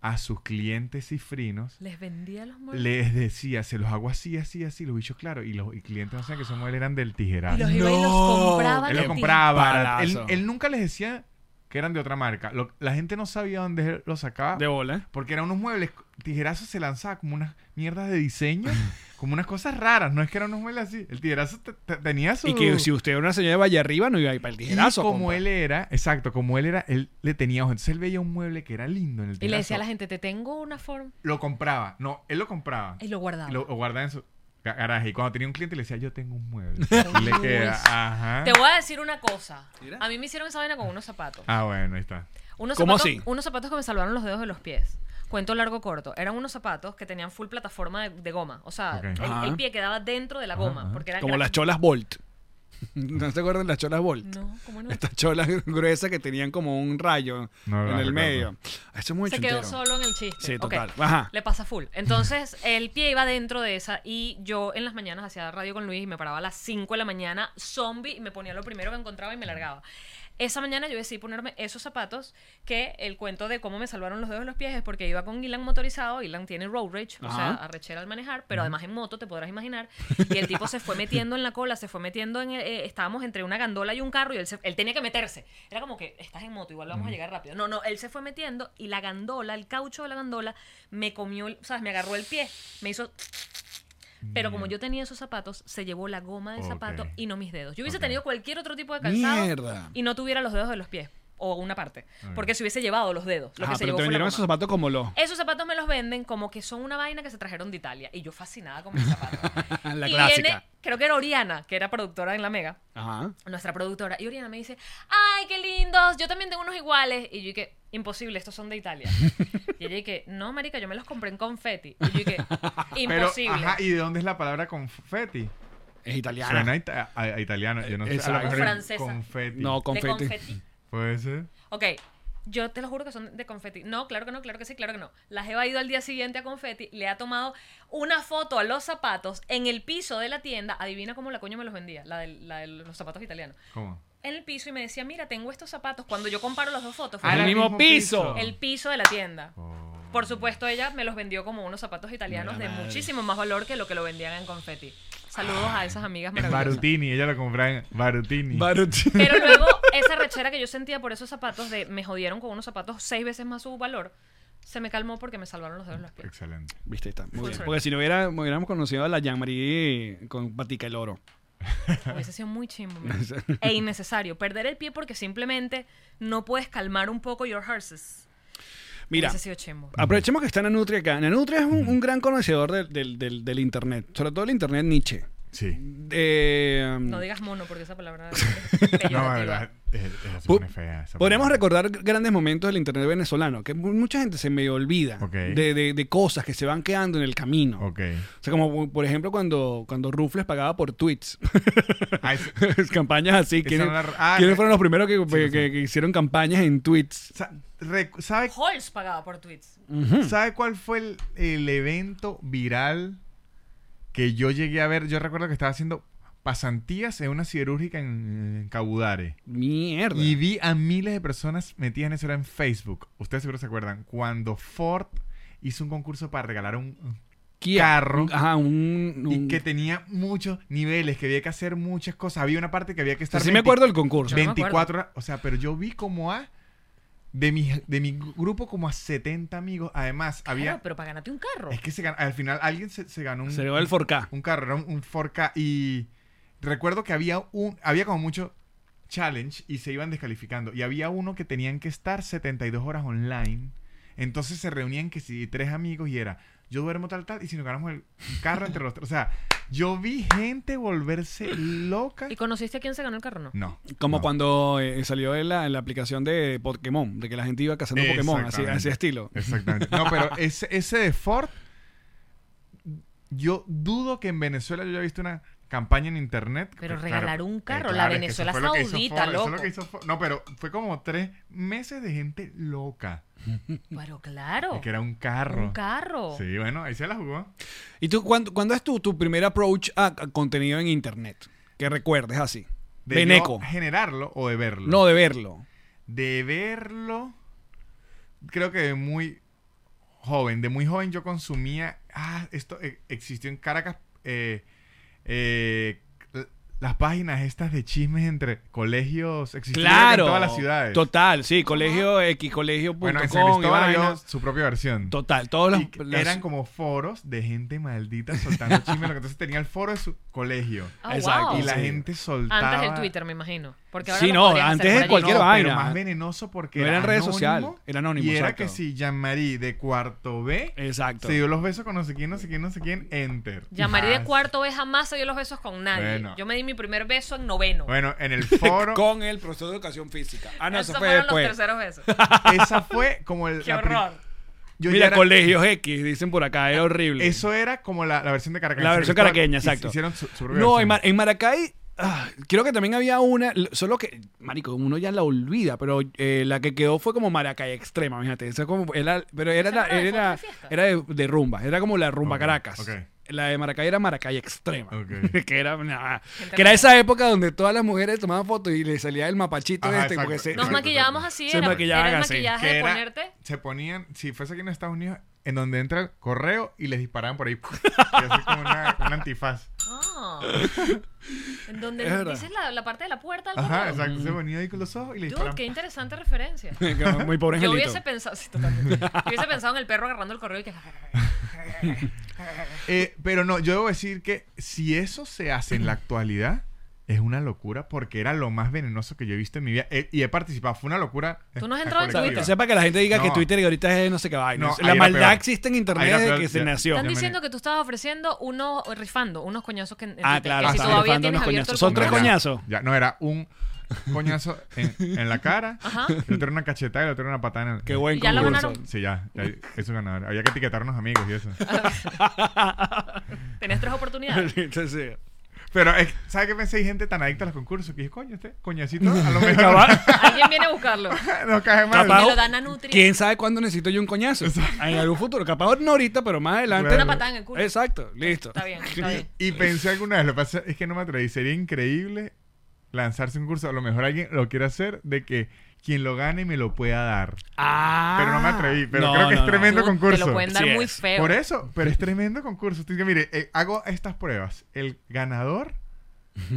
S6: a sus clientes cifrinos,
S4: Les vendía los muebles.
S6: les decía, se los hago así, así, así, los bichos claro, y los y clientes no sabían que esos muebles eran del tijerazo.
S4: Y los iba y los compraba.
S6: Él lo
S4: de ti.
S6: compraba. Él,
S3: Palazo.
S6: él nunca les decía que eran de otra marca. Lo- la gente no sabía dónde él los sacaba.
S3: De bola.
S6: porque eran unos muebles. Tijerazo se lanzaba como unas mierdas de diseño. como unas cosas raras. No es que eran unos muebles así. El tijerazo te- te- tenía su...
S3: Y que si usted era una señora de Valle Arriba, no iba a ir para el
S6: Y
S3: tijerazo.
S6: como
S3: compa.
S6: él era, exacto, como él era, él le tenía ojo. Entonces él veía un mueble que era lindo en el
S4: Y
S6: tijerazo.
S4: le decía a la gente, te tengo una forma.
S6: Lo compraba. No, él lo compraba.
S4: Y lo guardaba.
S6: Y lo, lo guardaba en su ga- garaje. Y cuando tenía un cliente le decía, yo tengo un mueble. y le
S4: Uy.
S6: queda, ajá.
S4: Te voy a decir una cosa.
S3: Mira.
S4: A mí me hicieron esa vaina con unos zapatos.
S6: Ah, bueno, ahí está.
S4: Unos
S3: ¿Cómo
S4: zapatos,
S3: así?
S4: Unos zapatos que me salvaron los dedos de los pies. Cuento largo corto. Eran unos zapatos que tenían full plataforma de, de goma. O sea,
S6: Ok.
S4: el-
S3: Ajá.
S4: el, pie quedaba dentro de la goma. Porque eran
S3: Como
S4: gran-
S3: las cholas Bolt. ¿No se acuerdan de las cholas Bolt?
S4: No, ¿cómo no?
S3: Estas cholas gruesas que tenían como un rayo
S6: No
S3: en
S6: las
S3: el
S6: recuerdo.
S3: medio. Eso es muy
S4: Se quedó
S3: chuntero.
S4: solo en el chiste.
S3: Sí,
S4: Ok.
S3: total. Ajá.
S4: Le pasa full. Entonces, el pie iba dentro de esa y yo en las mañanas hacía radio con Luis y me paraba a las 5 de la mañana, zombie, y me ponía lo primero que encontraba y me largaba. Esa mañana yo decidí ponerme esos zapatos que el cuento de cómo me salvaron los dedos de los pies es porque iba con Ilan motorizado, Ilan tiene road rage, o sea,
S3: Ajá.
S4: arrechera al manejar, pero además en moto, te podrás imaginar, y el tipo se fue metiendo en la cola, se fue metiendo en, el- eh, estábamos entre una gandola y un carro y él, se- él tenía que meterse. Era como que, estás en moto, igual vamos a llegar rápido. No, no, él se fue metiendo y la gandola, el caucho de la gandola, me comió, el- sabes, me agarró el pie, me hizo... Pero como yo tenía esos zapatos, se llevó la goma del
S6: Ok.
S4: zapato y no mis dedos. Yo hubiese
S6: Ok.
S4: tenido cualquier otro tipo de calzado
S3: Mierda.
S4: y no tuviera los dedos de los pies o una parte,
S6: Ok.
S4: porque se hubiese llevado los dedos. Lo
S3: Ajá,
S4: que se
S3: pero
S4: llevó
S3: te
S4: fue la
S3: vendieron
S4: goma.
S3: esos zapatos como los.
S4: Esos zapatos me los venden como que son una vaina que se trajeron de Italia. Y yo fascinada con mis zapatos.
S3: La
S4: y
S3: clásica.
S4: viene, creo que era Oriana, que era productora en La Mega,
S3: Ajá.
S4: nuestra productora. Y Oriana me dice, ¡ay, qué lindos! Yo también tengo unos iguales. Y yo dije, imposible, estos son de Italia. y ella dije, no, marica, yo me los compré en confeti. Y yo dije,
S6: Pero,
S4: imposible.
S6: ajá, ¿y de dónde es la palabra confeti?
S3: Es italiana.
S6: Suena a ita- a, a italiano, yo no sé.
S3: Eso
S6: a lo
S3: es
S6: mejor es
S4: francesa.
S6: Confeti.
S3: No,
S4: De
S3: confeti.
S4: confeti.
S6: Puede ser.
S4: Ok, yo te lo juro que son de confeti. No, claro que no, claro que sí, claro que no. La Jeva ha ido al día siguiente a confeti, le ha tomado una foto a los zapatos en el piso de la tienda. Adivina cómo la coño me los vendía, la del- la de, los zapatos italianos.
S6: ¿Cómo?
S4: En el piso y me decía, mira, tengo estos zapatos. Cuando yo comparo las dos fotos,
S3: Ah,
S4: fue
S3: el
S4: el,
S3: mismo piso.
S4: el piso Eh. de la tienda.
S6: Oh.
S4: Por supuesto, ella me los vendió como unos zapatos italianos
S3: Mira,
S4: de
S3: madre.
S4: muchísimo más valor que lo que lo vendían en confeti. Saludos
S3: Ah.
S4: a esas amigas
S6: En
S4: maravillosas.
S6: Barutini, ella la compraba en Barutini.
S3: Baruch-
S4: Pero luego, esa rechera que yo sentía por esos zapatos de me jodieron con unos zapatos seis veces más su valor, se me calmó porque me salvaron los dedos de los pies.
S6: Excelente.
S3: Viste, está. Muy
S4: Full
S3: bien.
S4: circle.
S3: Porque si no hubiera- hubiéramos conocido a la Jean-Marie con Patica el Oro.
S4: Hubiese sido muy chimbo. man. e innecesario. Perder el pie porque simplemente no puedes calmar un poco your horses.
S3: Mira.
S4: Hubiese sido chimbo.
S6: Ah,
S3: Aprovechemos que está Nanutria acá. Nanutria es un, un gran conocedor del, del- del- del internet. Sobre todo el internet Nietzsche.
S6: Sí.
S3: Eh,
S4: No digas mono porque esa palabra es peyorativa.
S6: No, de verdad. es- es- se
S3: Pu-
S6: pone fea. se pone
S3: Podríamos
S6: fea.
S3: recordar grandes momentos del internet venezolano, que mu- mucha gente se medio olvida
S6: Ok.
S3: de, de- de cosas que se van quedando en el camino.
S6: Ok.
S3: O sea, como por- por ejemplo cuando, cuando Rufles pagaba por tweets.
S6: Ah, es-
S3: campañas así.
S6: Esa
S3: ¿Quiénes,
S6: no la- ah,
S3: quiénes
S6: eh,
S3: fueron los primeros que,
S6: sí, sí.
S3: que- que hicieron campañas en tweets?
S6: sa- recu- ¿sabe,
S4: Halls pagaba por tweets.
S6: sabe cuál fue el, el evento viral que yo llegué a ver? Yo recuerdo que estaba haciendo pasantías en una siderúrgica en, en Cabudare.
S3: Mierda.
S6: Y vi a miles de personas metidas en eso era en Facebook. Ustedes seguro se acuerdan. Cuando Ford hizo un concurso para regalar un un
S3: Kia.
S6: carro.
S3: Ajá, un.
S6: y
S3: un-
S6: que tenía muchos niveles, que había que hacer muchas cosas. Había una parte que había que
S3: O sea,
S6: estar.
S3: sí me
S6: 20
S3: acuerdo del concurso.
S4: Yo no me
S6: 24 horas. O sea, pero yo vi como a. De mi, de mi grupo, como a 70 amigos. Además,
S4: Claro,
S6: había.
S4: pero para ganarte un carro.
S6: Es que se gan- al final alguien se, se ganó un,
S3: Se llevó el 4K.
S6: un carro, era un, un 4K. Y recuerdo que había un. Había como mucho challenge y se iban descalificando. Y había uno que tenían que estar 72 horas online. Entonces se reunían que si tres amigos y era. Yo duermo tal, tal, y si nos ganamos el carro entre los tres. O sea, yo vi gente volverse loca.
S4: ¿Y conociste a quién se ganó el carro o no?
S6: No.
S3: Como
S6: no.
S3: cuando eh, salió en la, en la aplicación de Pokémon, de que la gente iba cazando Pokémon, así,
S6: Exactamente.
S3: así estilo.
S6: Exactamente. No, pero ese, ese de Ford, yo dudo que en Venezuela yo haya visto una campaña en internet.
S4: Pero
S6: Pues,
S4: regalar un carro, la
S6: es que eso
S4: Venezuela
S6: fue lo que hizo
S4: Saudita,
S6: Ford, eso es lo
S4: loco.
S6: que hizo Ford. No, pero fue como tres meses de gente loca.
S4: Pero claro.
S6: Y que era un carro.
S4: Oh. Un carro.
S6: Sí, bueno, ahí se la jugó.
S3: ¿Y tú cuándo, cuándo es tu, tu primer approach a, a contenido en internet? Que recuerdes así. De,
S6: yo
S3: Neco.
S6: generarlo o de verlo?
S3: No, de verlo.
S6: De verlo, creo que de muy joven. De muy joven yo consumía. Ah, esto eh, existió en Caracas. eh, eh, l- las páginas estas de chismes entre colegios existieron
S3: Claro.
S6: en todas las ciudades.
S3: Total, sí. Colegio X, colegio
S6: Bueno, en
S3: punto
S6: San
S3: com, y
S6: Cristóbal había
S3: vainas.
S6: su propia versión.
S3: Total, todos los.
S6: Y que eran como foros de gente maldita soltando chismes. lo que entonces tenía el foro de su colegio.
S4: Ah,
S3: Exacto.
S4: wow.
S6: Y la
S3: Sí.
S6: gente soltaba.
S4: Antes del Twitter, me imagino. Porque ahora
S3: Sí,
S4: lo
S3: no,
S4: podrían hacer
S3: antes de
S4: por allí.
S3: cualquier
S6: No,
S3: vaina.
S6: Pero más venenoso porque
S3: No
S6: era
S3: era en redes
S6: anónimo,
S3: social, era anónimo,
S6: Y era
S3: exacto.
S6: que si Jean-Marie de cuarto B
S3: Exacto.
S6: se dio los besos con no sé quién, no sé quién, no sé quién, enter.
S4: Llamaré
S6: Ah,
S4: de cuarto vez jamás se dio los besos con nadie.
S6: Bueno.
S4: Yo me di mi primer beso en noveno.
S6: Bueno, en el foro,
S3: Con el profesor de educación física. Ah, no,
S4: Esos
S3: eso fue
S4: fueron
S3: después.
S4: los terceros besos.
S6: esa fue como el.
S4: Qué
S6: la pri-
S4: horror.
S6: Yo
S3: Mira,
S6: ya era-
S3: colegios X, dicen por acá, era horrible.
S6: Eso era como la, la versión de Caracas.
S3: La
S6: En
S3: versión
S6: San Cristóbal
S3: caraqueña,
S6: hic-
S3: exacto.
S6: Hicieron su, su propia
S3: No,
S6: versión.
S3: en, Mar- en Maracay, ah, creo que también había una, l- solo que, marico, uno ya la olvida, pero eh, la que quedó fue como Maracay Extrema, fíjate. Esa como, era, pero era,
S4: Esa
S3: la-
S4: era de
S3: era,
S4: fotos de fiesta.
S3: era de, de rumba, era como la rumba
S6: Ok,
S3: Caracas.
S6: ok.
S3: La de Maracay era Maracay Extrema.
S6: Ok.
S3: que era nah,
S4: Gente
S3: que era
S4: loca.
S3: esa época donde todas las mujeres tomaban fotos y le salía el mapachito
S6: Ajá,
S3: este.
S6: exacto.
S3: porque se-
S4: Nos
S6: Exacto,
S4: maquillábamos
S6: exacto.
S4: así.
S3: Se
S4: era,
S3: maquillaban
S4: era el
S3: así.
S4: maquillaje
S6: Que
S4: de
S6: era-
S4: ponerte.
S6: Se ponían, si fuese aquí en Estados Unidos, en donde entra el correo y les disparaban por ahí. y así como una, un antifaz.
S4: Ah. En donde
S3: Es verdad.
S4: dices la, la parte de la puerta del
S6: Ajá,
S4: correo.
S6: exacto.
S3: Mm.
S6: Se ponía ahí con los ojos y le
S4: Dude,
S6: disparaban.
S4: qué interesante referencia.
S3: Muy pobre
S4: Yo
S3: angelito.
S4: hubiese pensado, sí, totalmente. Yo hubiese pensado en el perro agarrando el correo y que.
S6: Eh, pero no, yo debo decir que si eso se hace en la actualidad, es una locura porque era lo más venenoso que yo he visto en mi vida. Eh, y he participado, fue una locura.
S4: Tú no has
S6: eh,
S4: entrado en
S3: O sea,
S6: colectiva.
S4: Twitter.
S3: que sepa que la gente diga que
S6: No.
S3: Twitter ahorita es no sé qué vaina.
S6: No,
S3: la
S6: ahí era
S3: maldad
S6: peor.
S3: existe en
S6: Ahí
S3: internet
S6: era
S3: desde
S6: peor,
S3: que se
S6: ya.
S3: nació.
S4: Están
S6: Bienvenido.
S4: diciendo que tú estabas ofreciendo unos, eh, rifando, unos coñazos que. en- en
S3: Ah,
S4: Twitter,
S3: claro,
S4: que si
S3: estaba
S4: todavía
S3: rifando
S4: tienes
S3: unos
S4: abierto el
S3: coñazos. Son tres
S6: No,
S4: correo.
S6: ya,
S3: coñazos.
S6: Ya, no, era un coñazo en, en la cara,
S4: Ajá.
S6: el otro era una cachetada y el otro era una patada en el.
S3: Qué buen
S4: Y ya la
S3: concurso.
S4: ganaron.
S6: Sí, ya, ya, eso ganador. Había que etiquetarnos amigos y eso.
S4: Tenías tres oportunidades.
S3: Entonces,
S6: Pero, eh, ¿sabes qué pensé? Hay gente tan adicta a los concursos que dije, coño, este coñacito a lo mejor
S3: Capaz-
S4: Alguien viene a buscarlo.
S6: no cae mal.
S4: Me lo dan a Nutri.
S3: ¿Quién sabe cuándo necesito yo un coñazo? En algún futuro. Capaz no ahorita, pero más adelante.
S6: Claro.
S4: Una patada en el culo.
S3: Exacto, listo.
S4: Está bien, está bien.
S6: Y pensé alguna vez, lo que pasa es que no me atreví. Sería increíble lanzarse un curso. A lo mejor alguien lo quiere hacer de que quien lo gane me lo pueda dar.
S3: Ah.
S6: Pero no me atreví, pero
S3: No,
S6: creo que
S3: no,
S6: es
S3: no.
S6: tremendo
S4: Dude, Te
S6: concurso.
S4: lo pueden dar
S3: Sí
S4: muy
S3: es.
S4: feo.
S6: Por eso, pero es tremendo concurso. Tú dices, mire, eh, hago estas pruebas. El ganador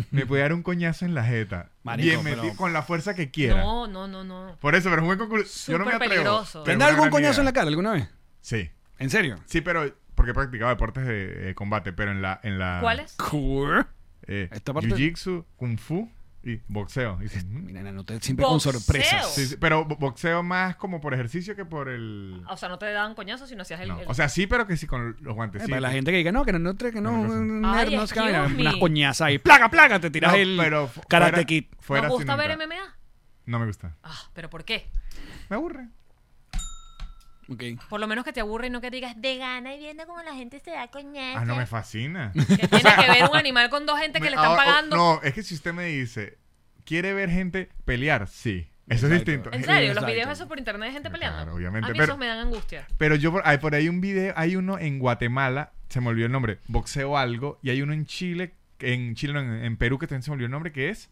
S6: me puede dar un coñazo en la jeta.
S3: Marico,
S6: bien metido,
S3: pero-
S6: con la fuerza que quiera.
S4: No, no, no, no.
S6: Por eso, pero es un buen concurso. Yo no me
S4: Súper
S6: atrevo.
S4: peligroso.
S6: pero
S3: ¿Tendrá
S6: una
S3: algún
S6: gran
S3: coñazo en la
S6: idea.
S3: cara alguna vez?
S6: Sí.
S3: ¿En serio?
S6: Sí, pero porque he practicado deportes de, de combate, pero en la... En la
S4: ¿Cuáles?
S3: Cool.
S6: Eh,
S3: Esta parte-
S6: Jiu-jitsu, Kung Fu y boxeo. Y dices, "Mm".
S3: Mira, no te siempre con
S4: Boxeo.
S3: sorpresas. Eh,
S6: Sí, sí, pero bo- boxeo más como por ejercicio que por el...
S4: O sea, no te daban coñazos si no hacías Ah, el.
S6: No.
S4: el-
S6: O sea, sí, pero que sí con
S3: Eh,
S6: los guantes.
S3: para la gente que diga, no, que no, no, que no,
S6: Una cosa.
S3: un
S4: Ay,
S3: nerd, no sé qué,
S4: excuse me.
S3: unas coñazas ahí, plaga, plaga, te tiras el karate kid.
S6: Fuera
S4: ¿Nos
S6: sí
S4: gusta ver
S6: nunca.
S4: MMA?
S6: No me gusta.
S4: Ah, pero ¿por qué?
S6: Me aburre.
S3: Ok.
S4: Por lo menos que te aburre y no que digas de gana y viendo cómo la gente se da coñazo.
S6: Ah, no me fascina.
S4: Que tiene que ver un animal con dos gente que
S6: Me-
S4: le están
S6: ahora- oh,
S4: pagando.
S6: No, es que si usted me dice, ¿quiere ver gente pelear? Sí. Eso es
S3: Exacto.
S6: distinto.
S4: En serio, los
S3: Exacto.
S4: videos esos por internet de gente peleando.
S6: Claro, obviamente,
S4: A mí
S6: pero-
S4: esos me dan angustia.
S6: Pero yo, por, hay, por ahí un video, hay uno en Guatemala, se me olvidó el nombre, boxeo algo, y hay uno en Chile en Chile, no, en, en Perú, que también se me olvidó el nombre, que es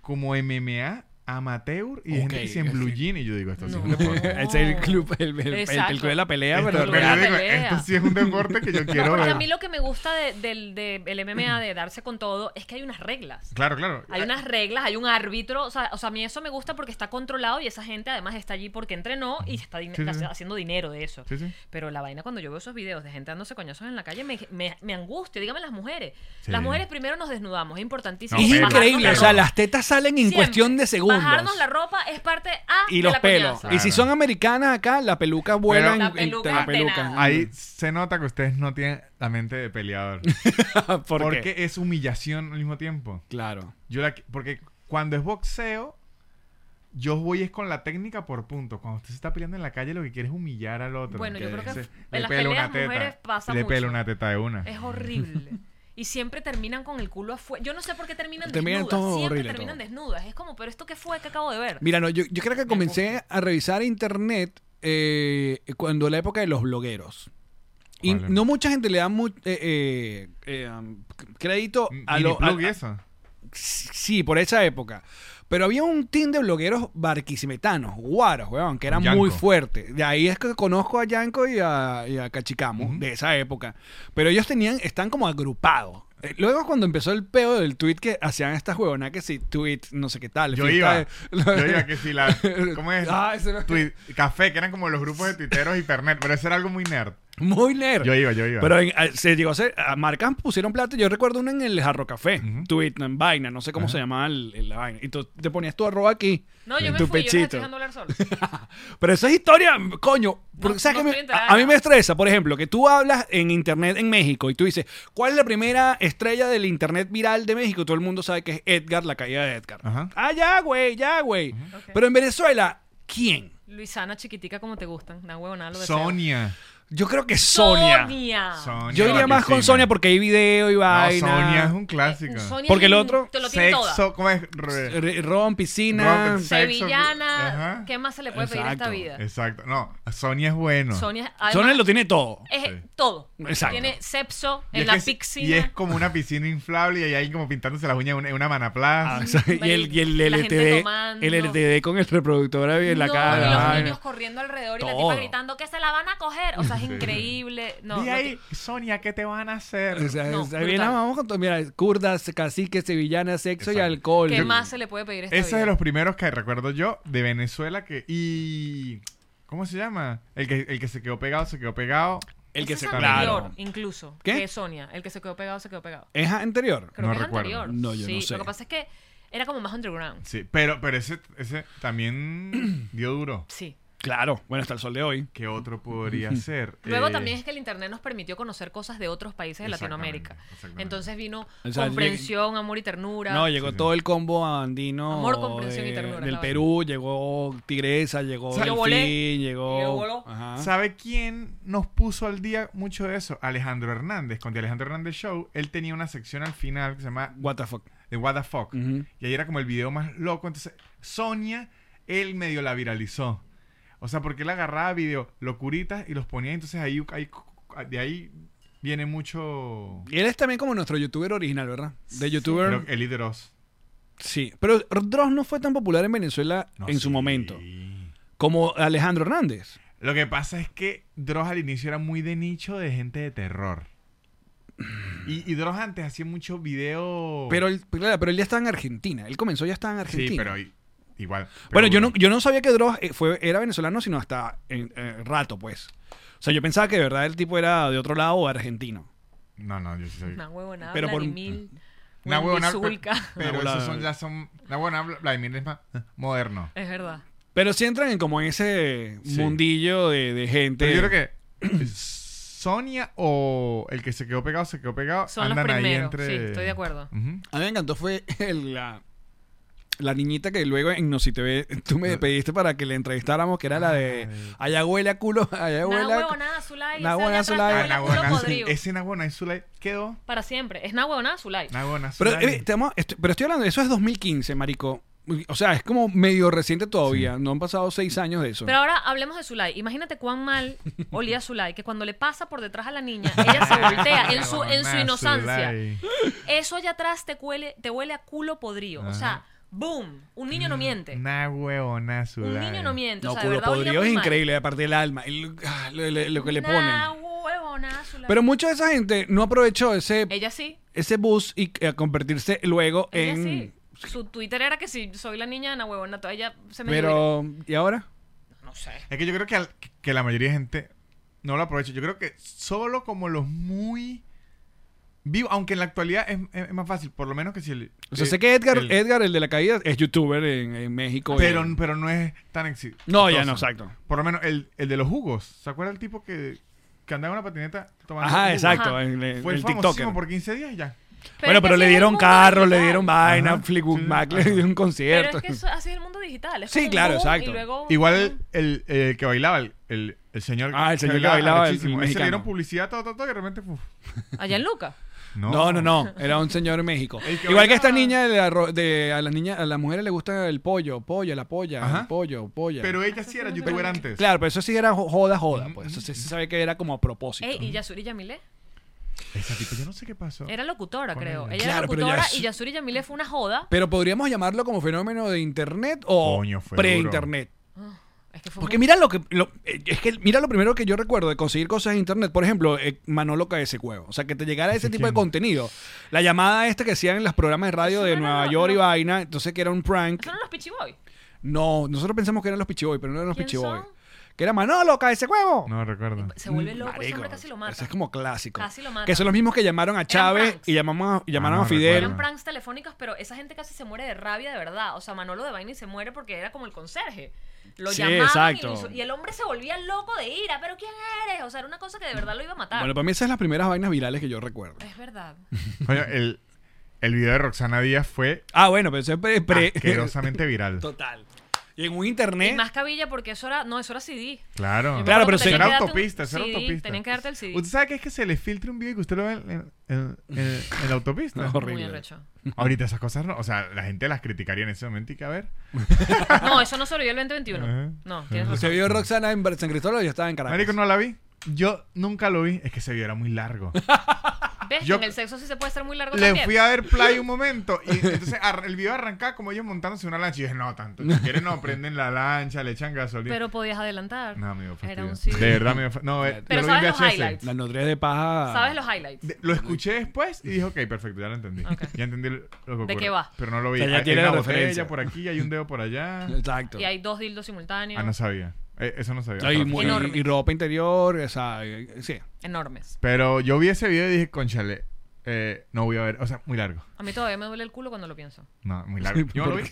S6: como MMA amateur y hay gente
S3: Ok,
S6: que se emblullina. Y yo digo, esto sí es un
S4: No.
S6: deporte.
S3: Ese es el club, el, el- el- el
S4: Exacto.
S3: club de la pelea,
S6: Esto-
S3: pero...
S4: club de
S6: pero
S4: la
S6: yo digo,
S4: pelea.
S6: esto sí es un deporte que yo quiero
S4: Porque
S6: ver.
S4: a mí lo que me gusta de- del de- el MMA, de darse con todo, es que hay unas reglas.
S6: Claro, claro.
S4: Hay unas reglas, hay un árbitro. O sea, o sea, a mí eso me gusta porque está controlado y esa gente además está allí porque entrenó y está, din-
S6: Sí, sí,
S4: está
S6: sí.
S4: haciendo dinero de eso.
S6: Sí, sí.
S4: Pero la vaina, cuando yo veo esos videos de gente dándose coñazos en la calle, me, me, me angustia. Dígame las mujeres.
S6: Sí.
S4: Las mujeres primero nos desnudamos, es importantísimo.
S6: No,
S3: es
S6: pero-
S4: Bajarnos
S3: increíble,
S4: la
S3: o sea,
S4: ropa.
S3: las tetas salen en
S4: Siempre.
S3: cuestión de segundos.
S4: Bajarnos la ropa es parte A
S3: y
S4: de
S3: los
S4: la
S3: pelos.
S4: coñaza.
S3: Y si
S6: Claro.
S3: son americanas acá, la peluca vuela
S6: Pero-
S3: en-
S4: La
S3: en-
S4: peluca
S3: la
S4: es
S3: peluca.
S4: penada.
S6: Ahí se nota que ustedes no tienen la mente de peleador.
S3: ¿Por qué?
S6: porque es humillación al mismo tiempo.
S3: Claro.
S6: Yo la, porque cuando es boxeo, yo voy es con la técnica por puntos. Cuando usted se está peleando en la calle, lo que quiere es humillar al otro.
S4: Bueno, yo creo que
S6: Entonces,
S4: en
S6: le
S4: las
S6: pela
S4: peleas
S6: una teta.
S4: mujeres pasa
S6: Le
S4: mucho.
S6: pela una teta de una.
S4: Es horrible. Y siempre terminan con el culo afuera. Yo no sé por qué terminan
S3: Terminan
S4: desnudas.
S3: todo
S4: siempre
S3: horrible,
S4: terminan
S3: todo.
S4: desnudas. Es como, pero esto qué fue que acabo de ver.
S3: Mira, no, yo, yo creo que comencé a revisar internet eh, cuando la época de los blogueros. Y
S6: Vale.
S3: no mucha gente le da mu- eh, eh, eh, um, c- crédito a
S6: Mini
S3: los...
S6: plug y eso.
S3: Sí, por esa época. Pero había un team de blogueros barquisimetanos, guaros, weón, que era
S6: Yanko.
S3: muy fuerte. De ahí es que conozco a Yanko y a, y a Cachicamo, de esa época. Pero ellos tenían, están como agrupados. Eh, Luego cuando empezó el peo del tweet que hacían estas huevonas que si tweet, no sé qué tal.
S6: Yo iba.
S3: fiesta de-
S6: Yo iba que si la. ¿Cómo es?
S3: Ah, eso no-
S6: Twi- café, que eran como los grupos de tuiteros hipernet. Pero eso era algo muy nerd.
S3: Muy nerd.
S6: Yo iba, yo iba.
S3: Pero en- eh, se llegó a hacer, a marcas pusieron plata. Yo recuerdo una en el Jarro Café,
S6: Ujú.
S3: tweet, en vaina, no sé cómo se llamaba el- el- la vaina. Y tú te ponías tu arroba aquí.
S4: No, yo
S3: en
S4: me
S3: tu
S4: fui, yo los
S3: pechito.
S4: estoy dejando hablar solo.
S3: Pero esa es historia, coño. Porque,
S4: No,
S3: ¿sabes
S4: no
S3: qué me-
S4: estoy
S3: a,
S4: enterada de
S3: a mí
S4: nada.
S3: me estresa, por ejemplo, que tú hablas en internet en México y tú dices, ¿cuál es la primera estrella del internet viral de México? Todo el mundo sabe que es Edgar, la caída de Edgar.
S6: Ajá.
S3: Ah, ya, güey, ya, güey.
S4: Ok.
S3: Pero en Venezuela, ¿quién?
S4: Luisana chiquitica como te gustan. Una huevonada lo deseo.
S6: Sonia.
S3: Yo creo que
S4: Sonia.
S3: Sonia.
S4: Ah.
S6: Sonia
S3: Yo iría más con
S6: Marquezina.
S3: Sonia porque hay video y
S6: No,
S3: vaina.
S6: Sonia es un clásico.
S4: Sonia
S3: Porque el
S4: es-
S3: otro,
S4: Te lo tiene toda.
S6: Sexo, ¿cómo es? Re-
S3: R- Ron, piscina.
S6: Ron, sexo,
S4: Sevillana.
S6: ajá.
S4: ¿Qué más se le puede pedir a esta
S3: Exacto,
S4: vida?
S6: Exacto. No, Sonia es bueno.
S4: Sonia, además,
S3: Sonia lo tiene todo.
S4: es
S6: Sí.
S4: todo.
S3: Exacto.
S4: Tiene sepso
S6: Y
S4: en
S6: es
S4: la
S6: que es-
S4: piscina.
S6: Y es como una piscina inflable y hay alguien como pintándose las uñas en una, en una manopla.
S3: Ah, o sea, y el, y el
S4: La gente
S3: LTD.
S4: tomando.
S3: El LTD con el reproductor ahí en la
S4: No,
S3: cara.
S4: y los
S3: vaina.
S4: niños corriendo alrededor y la
S3: Todo.
S4: tipa gritando que se la van a coger. O sea, es
S6: Sí.
S4: increíble. No,
S6: Di
S4: no
S6: ahí, Sonia, ¿qué te van a hacer?
S3: O sea,
S4: No,
S3: es- ahí viene, "Ah,
S4: brutal.
S3: vamos con todo. Mira, kurdas, caciques, sevillanas, sexo y
S6: Exacto.
S4: te-
S3: alcohol.
S4: ¿Qué
S3: Yo-
S4: más se le puede pedir a esta
S6: Ese
S4: vida?
S6: es de los primeros que recuerdo yo de Venezuela que... Y... ¿Cómo se llama? El que, el que se quedó pegado, se quedó pegado.
S3: El que se
S4: Ese es
S3: claro.
S4: anterior, incluso.
S3: ¿Qué?
S4: Que Sonia, el que se quedó pegado, se quedó pegado.
S3: ¿Es anterior?
S4: Creo
S6: No
S4: que es
S6: recuerdo.
S4: anterior.
S3: No, yo
S4: sí,
S3: no sé.
S4: Lo que pasa es que era como más underground.
S6: Sí, pero, pero ese, ese también dio duro.
S4: Sí.
S3: Claro. Bueno, hasta el sol de hoy.
S6: ¿Qué otro podría ser?
S4: Luego
S6: Eh,
S4: también es que el internet nos permitió conocer cosas de otros países de
S6: Exactamente,
S4: Latinoamérica.
S6: exactamente.
S4: Entonces vino
S3: O sea,
S4: comprensión, amor y ternura.
S3: No, llegó
S6: sí.
S3: todo el combo andino.
S4: Amor, comprensión y
S3: de-
S4: ternura,
S3: Del
S4: la
S3: Perú, llegó Tigresa, llegó.
S4: O sea, yo volé,
S3: Delfín, llegó.
S4: yo voló.
S3: Ajá.
S6: ¿Sabe quién nos puso al día mucho de eso? Alejandro Hernández. Con The Alejandro Hernández Show, él tenía una sección al final que se llama
S3: What the fuck.
S6: de What the Fuck.
S3: Ujú.
S6: Y ahí era como el video más loco. Entonces, Sonia, él medio la viralizó. O sea, porque él agarraba video locuritas y los ponía. Entonces, ahí, ahí- de ahí viene mucho.
S3: Y él es también como nuestro youtuber original, ¿verdad? De youtuber.
S6: Creo que Eli Dross.
S3: Sí. Pero Dross no fue tan popular en Venezuela
S6: No,
S3: en su
S6: sí.
S3: momento. Como Alejandro Hernández.
S6: Lo que pasa es que Dross al inicio era muy de nicho de gente de terror. Y, y Dross antes hacía mucho video.
S3: Pero él, claro, pero él ya estaba en Argentina. Él comenzó ya estaba en Argentina.
S6: Sí, pero i- igual.
S3: bueno, yo no,
S6: Pero-
S3: yo no sabía que Dross eh, fue, era venezolano, sino hasta en, eh, rato, pues. O sea, yo pensaba que de verdad el tipo era de otro lado o argentino.
S6: No, no, yo sí soy.
S4: Una huevonada,
S3: Pero por-
S4: Vladimir,
S6: Una
S4: Wendy
S6: huevona, pe-
S4: Zulka.
S6: Pero,
S3: Una
S6: esos
S3: bola-
S6: son, ya son. Una buena Vladimir es más eh, moderno.
S4: Es verdad.
S3: Pero sí entran en como en ese
S6: Sí.
S3: mundillo de, de gente.
S6: Pero yo creo que Sonia o el que se quedó pegado, se quedó pegado.
S4: Son los
S6: andan ahí
S4: primeros,
S6: entre.
S4: sí, estoy de acuerdo.
S6: Ujú.
S3: A mí me encantó fue el- la, la niñita que luego en No Si Te Ve, tú me
S6: Ah.
S3: pediste para que le entrevistáramos, que era la de Ayahuela culo,
S4: Una
S3: Ayahuela.
S4: huevonada, Zulay.
S3: Una
S4: esa
S3: huevonada,
S4: allá atrás,
S3: Zulay.
S4: una
S6: Ah,
S4: huevona,
S6: Nagona,
S4: culo
S6: sí.
S4: podrido.
S6: Ese Nagona Zulay quedó.
S4: Para siempre. Es una huevonada, Zulay.
S6: Nagona
S3: Pero,
S6: Zulay.
S3: eh, te amo- estoy- pero estoy hablando, eso es 2015, marico. O sea, es como medio reciente todavía. No han pasado seis años de eso.
S4: Pero ahora hablemos de Zulay. Imagínate cuán mal olía Zulay, que cuando le pasa por detrás a la niña, ella se voltea en su, en su
S6: Mamá,
S4: inocencia.
S6: Zulay.
S4: Eso allá atrás te huele, te huele a culo podrido. O sea, boom. Un niño no miente.
S6: Una huevona
S4: Un
S6: Zulay.
S4: niño no miente.
S3: no,
S4: o sea, de
S3: culo
S4: verdad olía
S3: podrido
S4: muy
S3: es
S4: mal.
S3: increíble, aparte del alma. el- ah, lo, lo- lo que le
S4: Nah,
S3: ponen.
S4: huevona, Zulay.
S3: Pero mucha de esa gente no aprovechó ese,
S4: Ella sí.
S3: ese bus y eh, a convertirse luego
S4: Ella
S3: en.
S4: sí. Su Twitter era que si soy la niña de la huevona, toda ella se me
S3: Pero, ¿y ahora?
S4: No sé.
S6: Es que yo creo que, al- que la mayoría de gente no lo aprovecha. Yo creo que solo como los muy vivos, aunque en la actualidad es, es más fácil, por lo menos que si el...
S3: O sea,
S6: eh,
S3: sé que Edgar,
S6: el-
S3: Edgar, el de la caída, es youtuber en, en México. y-
S6: pero, pero no es tan exi-
S3: No, ya
S6: exitoso.
S3: no, exacto.
S6: Por lo menos el, el de los jugos. ¿Se acuerda el tipo que, que andaba en una patineta tomando
S3: Ajá,
S6: jugos?
S3: exacto.
S4: Ajá.
S3: en- en-
S6: Fue
S3: el
S6: famosísimo
S3: TikToker.
S6: por 15 días y ya.
S4: es
S3: bueno,
S4: que
S3: pero
S4: así
S3: le
S4: es el
S3: dieron
S4: mundo
S3: carro, le
S4: digital.
S3: dieron vaina,
S6: Ajá,
S3: Fleetwood
S6: sí,
S3: Mac le
S6: ajá.
S3: dio un
S4: Pero
S3: concierto.
S4: es que eso- así es el mundo digital. es
S3: Sí,
S4: como un
S3: claro,
S4: boom
S3: exacto.
S4: Y luego,
S6: Igual el, el que bailaba, el, el- el señor.
S3: Ah, el señor que bailaba, el
S6: arrechísimo. Ese
S3: mexicano.
S6: le dieron publicidad, todo, todo, todo, y de repente. uf,
S4: Allá en Luca.
S3: No, no, no. Era un señor en México.
S6: El que
S3: Igual que
S6: bailaba.
S3: esta niña de, arro- de- a las niñas, a las mujeres le gusta el pollo, pollo, la polla,
S6: Ajá.
S3: el pollo, polla.
S6: Pero ella sí era youtuber antes.
S3: claro, pero eso sí era jo- joda, joda. Pues eso sí se sabe que era como a propósito.
S4: Ey, y Yasuri Yamile
S6: Esa tipa, yo no sé qué pasó.
S4: era locutora,
S6: Con
S4: creo.
S6: ella.
S4: Ella
S3: Claro,
S4: era
S3: pero
S4: locutora
S3: Yasu-
S4: y Yasuri Yamile fue una joda.
S3: Pero podríamos llamarlo como fenómeno de internet o
S6: Coño, fue
S3: pre-internet.
S4: Es que fue
S3: Porque
S4: muy-
S3: mira lo que lo- eh, es que mira lo primero que yo recuerdo de conseguir cosas en internet, por ejemplo, eh, Manolo ese Cuevo, o sea, que te llegara ese tipo de
S6: quién?
S3: contenido. La llamada esta que hacían en los programas de radio
S4: Eso
S3: de
S4: no era-
S3: Nueva York y
S4: no.
S3: vaina, entonces que era un prank.
S4: ¿Son los Pichiboy?
S3: No, nosotros pensamos que eran los Pichiboy, pero no eran los
S4: ¿Quién
S3: Pichiboy.
S4: son?
S3: Que era Manolo ese Cuevo.
S6: No recuerdo.
S4: Se vuelve loco, ese
S3: Ah. Marico,
S4: hombre casi lo mata.
S3: Ese es como clásico.
S4: Casi lo mata.
S3: Que son los mismos que llamaron a Chávez
S4: pranks.
S3: y llamamos a- y llamaron
S6: Ah,
S3: a Fidel.
S4: Eran pranks telefónicos, pero esa gente casi se muere de rabia de verdad. O sea, Manolo de Vaina y se muere porque era como el conserje. Lo
S3: Sí,
S4: llamaban
S3: exacto.
S4: y, lo hizo- y el hombre se volvía loco de ira. ¿Pero quién eres? O sea, era una cosa que de verdad lo iba a matar.
S3: Bueno, para mí esas son las primeras vainas virales que yo recuerdo.
S4: es verdad.
S6: Coño, el, el video de Roxana Díaz fue
S3: Ah, bueno, pero eso es pre, pre-
S6: asquerosamente viral.
S3: total. Y en un
S4: Y
S3: internet
S4: más cabilla porque eso era. No, eso era CD.
S6: ¿Eh? Claro.
S3: Claro, pero
S4: Em, Tenían
S3: sí.
S4: que
S6: Era
S4: darte un
S6: autopista, eso era
S4: CD,
S6: autopista.
S4: Tenían que darte el CD.
S6: ¿Usted sabe que es que se le filtra un video y que usted lo ve en, en- en- en- en la autopista?
S3: No, horrible.
S4: Muy arrecho.
S6: Ahorita esas cosas no. O sea, la gente las criticaría en ese momento y que a ver.
S4: No, eso no sobrevivió el 2021.
S6: Ajá.
S4: No, tienes
S3: se
S4: razón.
S3: vio Roxana en San Cristóbal y yo estaba en Caracas.
S6: Marico, no la vi. Yo nunca lo vi. Es que ese video era muy largo.
S4: ¿Ves? que
S6: Yo-
S4: en el sexo sí se puede estar muy largo
S6: Le
S4: también.
S6: fui a ver play un momento y entonces ar- el video arrancaba como ellos montándose en una lancha y dije, no, tanto. Si quieren, no, prenden la lancha, le echan gasolina.
S4: Pero podías adelantar.
S6: no, me dio fastidio.
S4: Era un
S6: De
S4: CD.
S6: verdad, me dio fastidio. No, eh,
S4: Pero
S6: yo lo vi
S4: ¿sabes
S6: en
S4: los
S6: VHS.
S4: highlights?
S3: Las nodrias de paja.
S4: ¿Sabes los highlights?
S6: De- lo escuché después y dije, ok, perfecto, ya lo entendí.
S4: Ok.
S6: Ya entendí lo que ocurre.
S4: qué va?
S6: Pero no lo vi.
S3: O sea, ya
S6: Hay- hay
S3: tiene
S6: una
S3: la
S6: botella
S3: referencia.
S6: por aquí, hay un dedo por allá.
S3: Exacto.
S4: Y hay dos dildos simultáneos.
S6: Ah, no sabía. Eh, eso no sabía.
S3: No, y,
S6: Pero-
S3: mu- y-
S4: Enorme.
S3: y ropa interior, o sea, eh, sí.
S4: Enormes.
S6: Pero yo vi ese video y dije, conchale, eh, no voy a ver. O sea, muy largo.
S4: A mí todavía me duele el culo cuando lo pienso.
S6: No, muy largo. Yo no lo vi.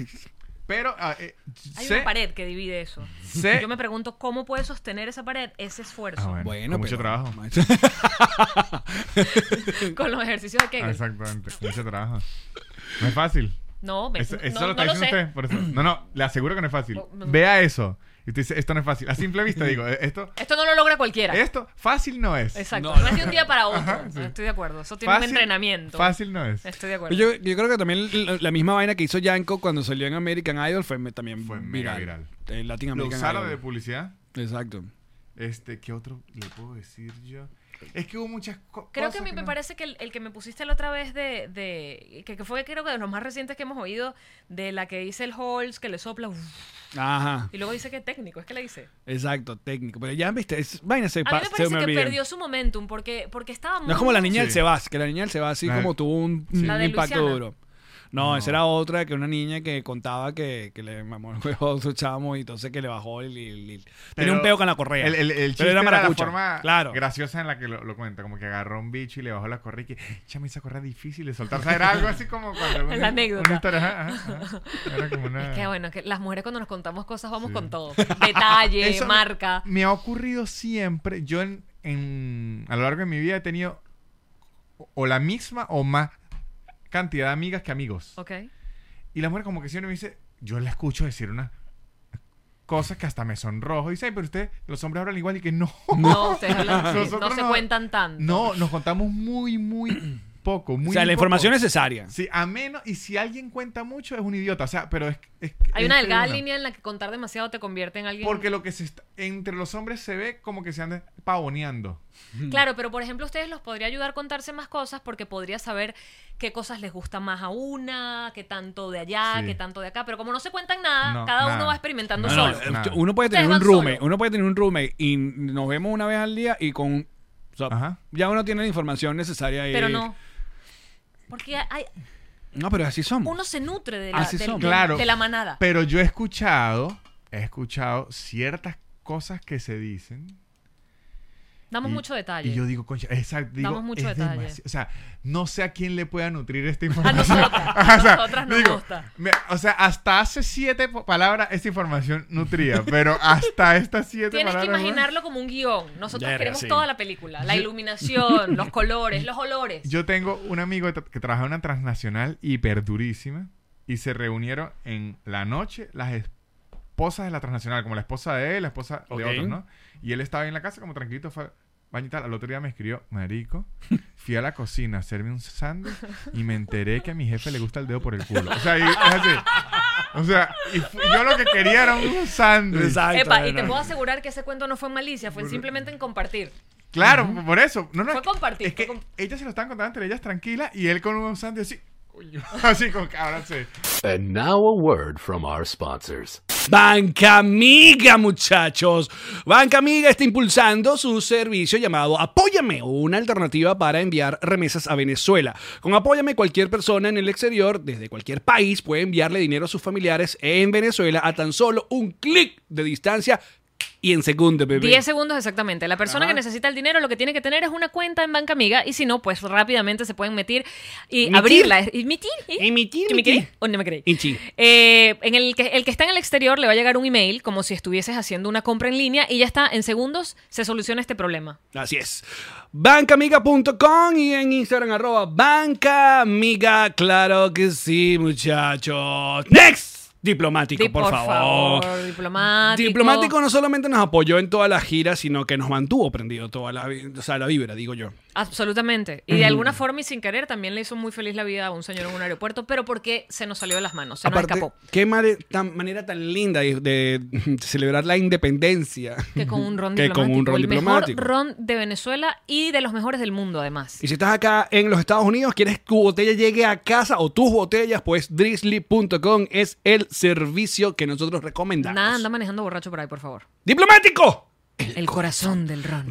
S6: Pero ah, eh,
S4: Hay
S6: sé-
S4: una pared que divide eso.
S6: sé-
S4: Yo me pregunto cómo puede sostener esa pared ese esfuerzo
S6: Ah, bueno.
S3: Bueno,
S6: con mucho
S3: pero-
S6: trabajo.
S4: con los ejercicios de
S6: Ah,
S4: Kegel.
S6: Exactamente, mucho trabajo. No es fácil.
S4: No, me,
S6: Eso,
S4: no-
S6: eso
S4: Pues, no,
S6: lo está
S4: no lo
S6: diciendo
S4: sé. Oh,
S6: usted. por eso. No, no, le aseguro que no es fácil.
S4: No, no.
S6: Vea eso. Y usted dice, esto no es fácil. A simple vista digo, eh, esto,
S4: Esto no lo logra cualquiera.
S6: esto fácil no es.
S4: Exacto.
S3: No,
S4: No, es de un día para otro. Estoy de acuerdo. Eso tiene un
S6: Fácil-
S4: entrenamiento.
S6: Fácil no es.
S4: Estoy de acuerdo.
S3: Yo, yo creo que también la, la misma vaina que hizo Yanko cuando salió en American Idol fue me- también
S6: Fue mega
S3: viral.
S6: viral.
S3: En Latin
S6: Lo
S3: American
S6: usaron
S3: Idol.
S6: de publicidad.
S3: Exacto.
S6: Este, ¿qué otro le puedo decir yo? Es que hubo muchas co-
S4: Creo
S6: cosas.
S4: que a mí me
S6: no-
S4: parece que el, el que me pusiste la otra vez de, de- que, que fue creo que de los más recientes que hemos oído, de la que dice el Holz, que le sopla uf,
S3: Ajá.
S4: y luego dice que técnico, es que le dice.
S3: Exacto, técnico. Pero ya viste, es, vaina se,
S4: A mí
S3: Eh, pa-
S4: me
S3: se
S4: parece
S3: me
S4: que
S3: olvida.
S4: perdió su momentum porque, porque estaba muy...
S3: No es como la niña del
S6: Sí.
S3: Sebas, que la niña del Sebas sí
S6: La-
S3: como tuvo un, un
S4: La de
S3: impacto
S4: Luisiana.
S3: duro. No, esa era otra que una niña que contaba que, que le mamó el juego a su chamo y entonces que le bajó el... el- el- tenía
S6: Pero
S3: un peo con la correa.
S6: El, el, el
S3: Pero
S6: chiste
S3: era
S6: era, la
S3: maracucha.
S6: forma
S3: Claro.
S6: graciosa en la que lo, lo cuenta. Como que agarró un bicho y le bajó la correa y que, chame, esa correa es difícil de soltar. O sea, era algo así como cuando... una-
S4: anécdota.
S6: una historia, ajá, ajá, ajá. Era como una...
S4: Que bueno, que las mujeres cuando nos contamos cosas vamos
S6: Mm. Sí.
S4: con todo. Detalle,
S6: Eso me-
S4: marca.
S6: Me ha ocurrido siempre. Yo en, en- a lo largo de mi vida he tenido o- o la misma o más cantidad de amigas que amigos.
S4: Ok.
S6: Y la mujer como que siempre me dice, yo la escucho decir unas cosas que hasta me sonrojo. Y dice, "Ay, pero ustedes, los hombres hablan igual y que no.
S4: No, ustedes hablan- no
S6: Nosotros
S4: se cuentan tanto.
S6: No, nos contamos muy, muy poco, muy
S3: o sea, la
S6: poco.
S3: información necesaria.
S6: Sí, a menos, y si alguien cuenta mucho es un idiota, o sea, pero es, es-
S4: Hay
S6: es
S4: una
S6: que
S4: delgada
S6: una-
S4: línea en la que contar demasiado te convierte en alguien.
S6: Porque lo que se está- entre los hombres se ve como que se andan pavoneando.
S4: Claro, pero por ejemplo, ustedes los podría ayudar a contarse más cosas porque podría saber qué cosas les gusta más a una, qué tanto de allá,
S6: Sí.
S4: qué tanto de acá. Pero como no se cuentan nada,
S6: No,
S4: cada
S6: nada.
S4: uno va experimentando
S6: No, eh,
S3: No,
S4: solo.
S3: no,
S6: Solo, nada.
S3: uno puede tener un
S4: Ustedes van
S3: roommate,
S4: solo.
S3: uno puede tener un roommate y nos vemos una vez al día y con o sea,
S6: Ajá.
S3: ya uno tiene la información necesaria y-
S4: Pero no.
S6: eh,
S4: Porque hay,
S3: No, pero así somos.
S4: uno se nutre de la,
S3: Así
S4: del-
S3: somos.
S4: del-
S6: Claro.
S4: de la manada.
S6: Pero yo he escuchado, he escuchado ciertas cosas que se dicen.
S4: Damos
S6: y-
S4: mucho detalle.
S6: Y yo digo, concha, exacto, digo,
S4: Damos mucho
S6: es
S4: detalle. Ah,
S6: demasi- O sea, no sé a quién le pueda nutrir esta
S4: a
S6: información.
S4: nosotras, a nosotras nos
S6: Digo,
S4: gusta.
S6: me- o sea, hasta hace siete po- palabras esta información nutría, pero hasta estas siete
S3: Este
S4: Tienes que
S6: palabras. ¿no?
S4: imaginarlo como un guión. Nosotros
S3: Ya era,
S4: queremos
S3: sí.
S4: toda la película. La
S6: Yo-
S4: iluminación, los colores, los olores.
S6: Yo tengo un amigo tra- que trabaja en una transnacional hiperdurísima y se reunieron en la noche las esposas de la transnacional, como la esposa de él, la esposa
S3: Ok.
S6: de otros, ¿no? Y él estaba ahí en la casa como tranquilito, fue al baño y tal. Al otro día me escribió, marico, fui a la cocina a hacerme un sándwich y me enteré que a mi jefe le gusta el dedo por el culo. O sea, y- es así. O sea, y fu- yo lo que quería era un sándwich.
S3: Exacto,
S4: Epa, y
S3: bueno.
S4: te puedo asegurar que ese cuento no fue en malicia, fue simplemente en compartir.
S6: Claro, por eso. No, no, es
S4: Fue
S6: que-
S4: compartir,
S6: Es que
S4: fue comp-
S6: ellas se lo están contando entre ellas tranquila y él con un sándwich así. coño, Así con cabrón, sí.
S7: And now a word from our sponsors.
S3: Banca Amiga, muchachos. Banca Amiga está impulsando su servicio llamado Apóyame, una alternativa para enviar remesas a Venezuela. Con Apóyame, cualquier persona en el exterior, desde cualquier país, puede enviarle dinero a sus familiares en Venezuela a tan solo un clic de distancia y en segundo, bebé.
S4: 10 segundos exactamente. La persona que necesita el dinero lo que tiene que tener es una cuenta en Banca Amiga y si no, pues rápidamente se pueden meter y
S3: Mitir.
S4: abrirla. Y mitir, y-
S3: Y mitir,
S4: ¿Que me
S3: mitir.
S4: creí? ¿O no me creí?
S3: Inchi.
S4: Eh, en el, que, el que está en el exterior le va a llegar un email como si estuvieses haciendo una compra en línea y ya está, en segundos se soluciona este problema.
S3: Así es. Bancamiga.com y en Instagram arroba bancamiga. Claro que sí, muchachos. Next. Diplomático,
S4: Di-
S3: por, favor.
S4: Diplomático.
S3: Diplomático no solamente nos apoyó en toda la gira, sino que nos mantuvo prendido toda la, vi- o sea, la vibra, digo yo.
S4: Absolutamente. Y de alguna forma y sin querer también le hizo muy feliz la vida a un señor en un aeropuerto, pero porque se nos salió de las manos, se
S3: Aparte,
S4: nos escapó.
S3: qué mare- tan- manera tan linda de, de celebrar la independencia.
S4: Que con un ron
S3: Que
S4: diplomático.
S3: con un ron
S4: el
S3: diplomático.
S4: mejor ron de Venezuela y de los mejores del mundo, además.
S3: Y si estás acá en los Estados Unidos, quieres que tu botella llegue a casa o tus botellas, pues drizzly.com es el servicio que nosotros recomendamos.
S4: Nada, anda manejando borracho por ahí, por favor.
S3: ¡Diplomático!
S4: El corazón del ron.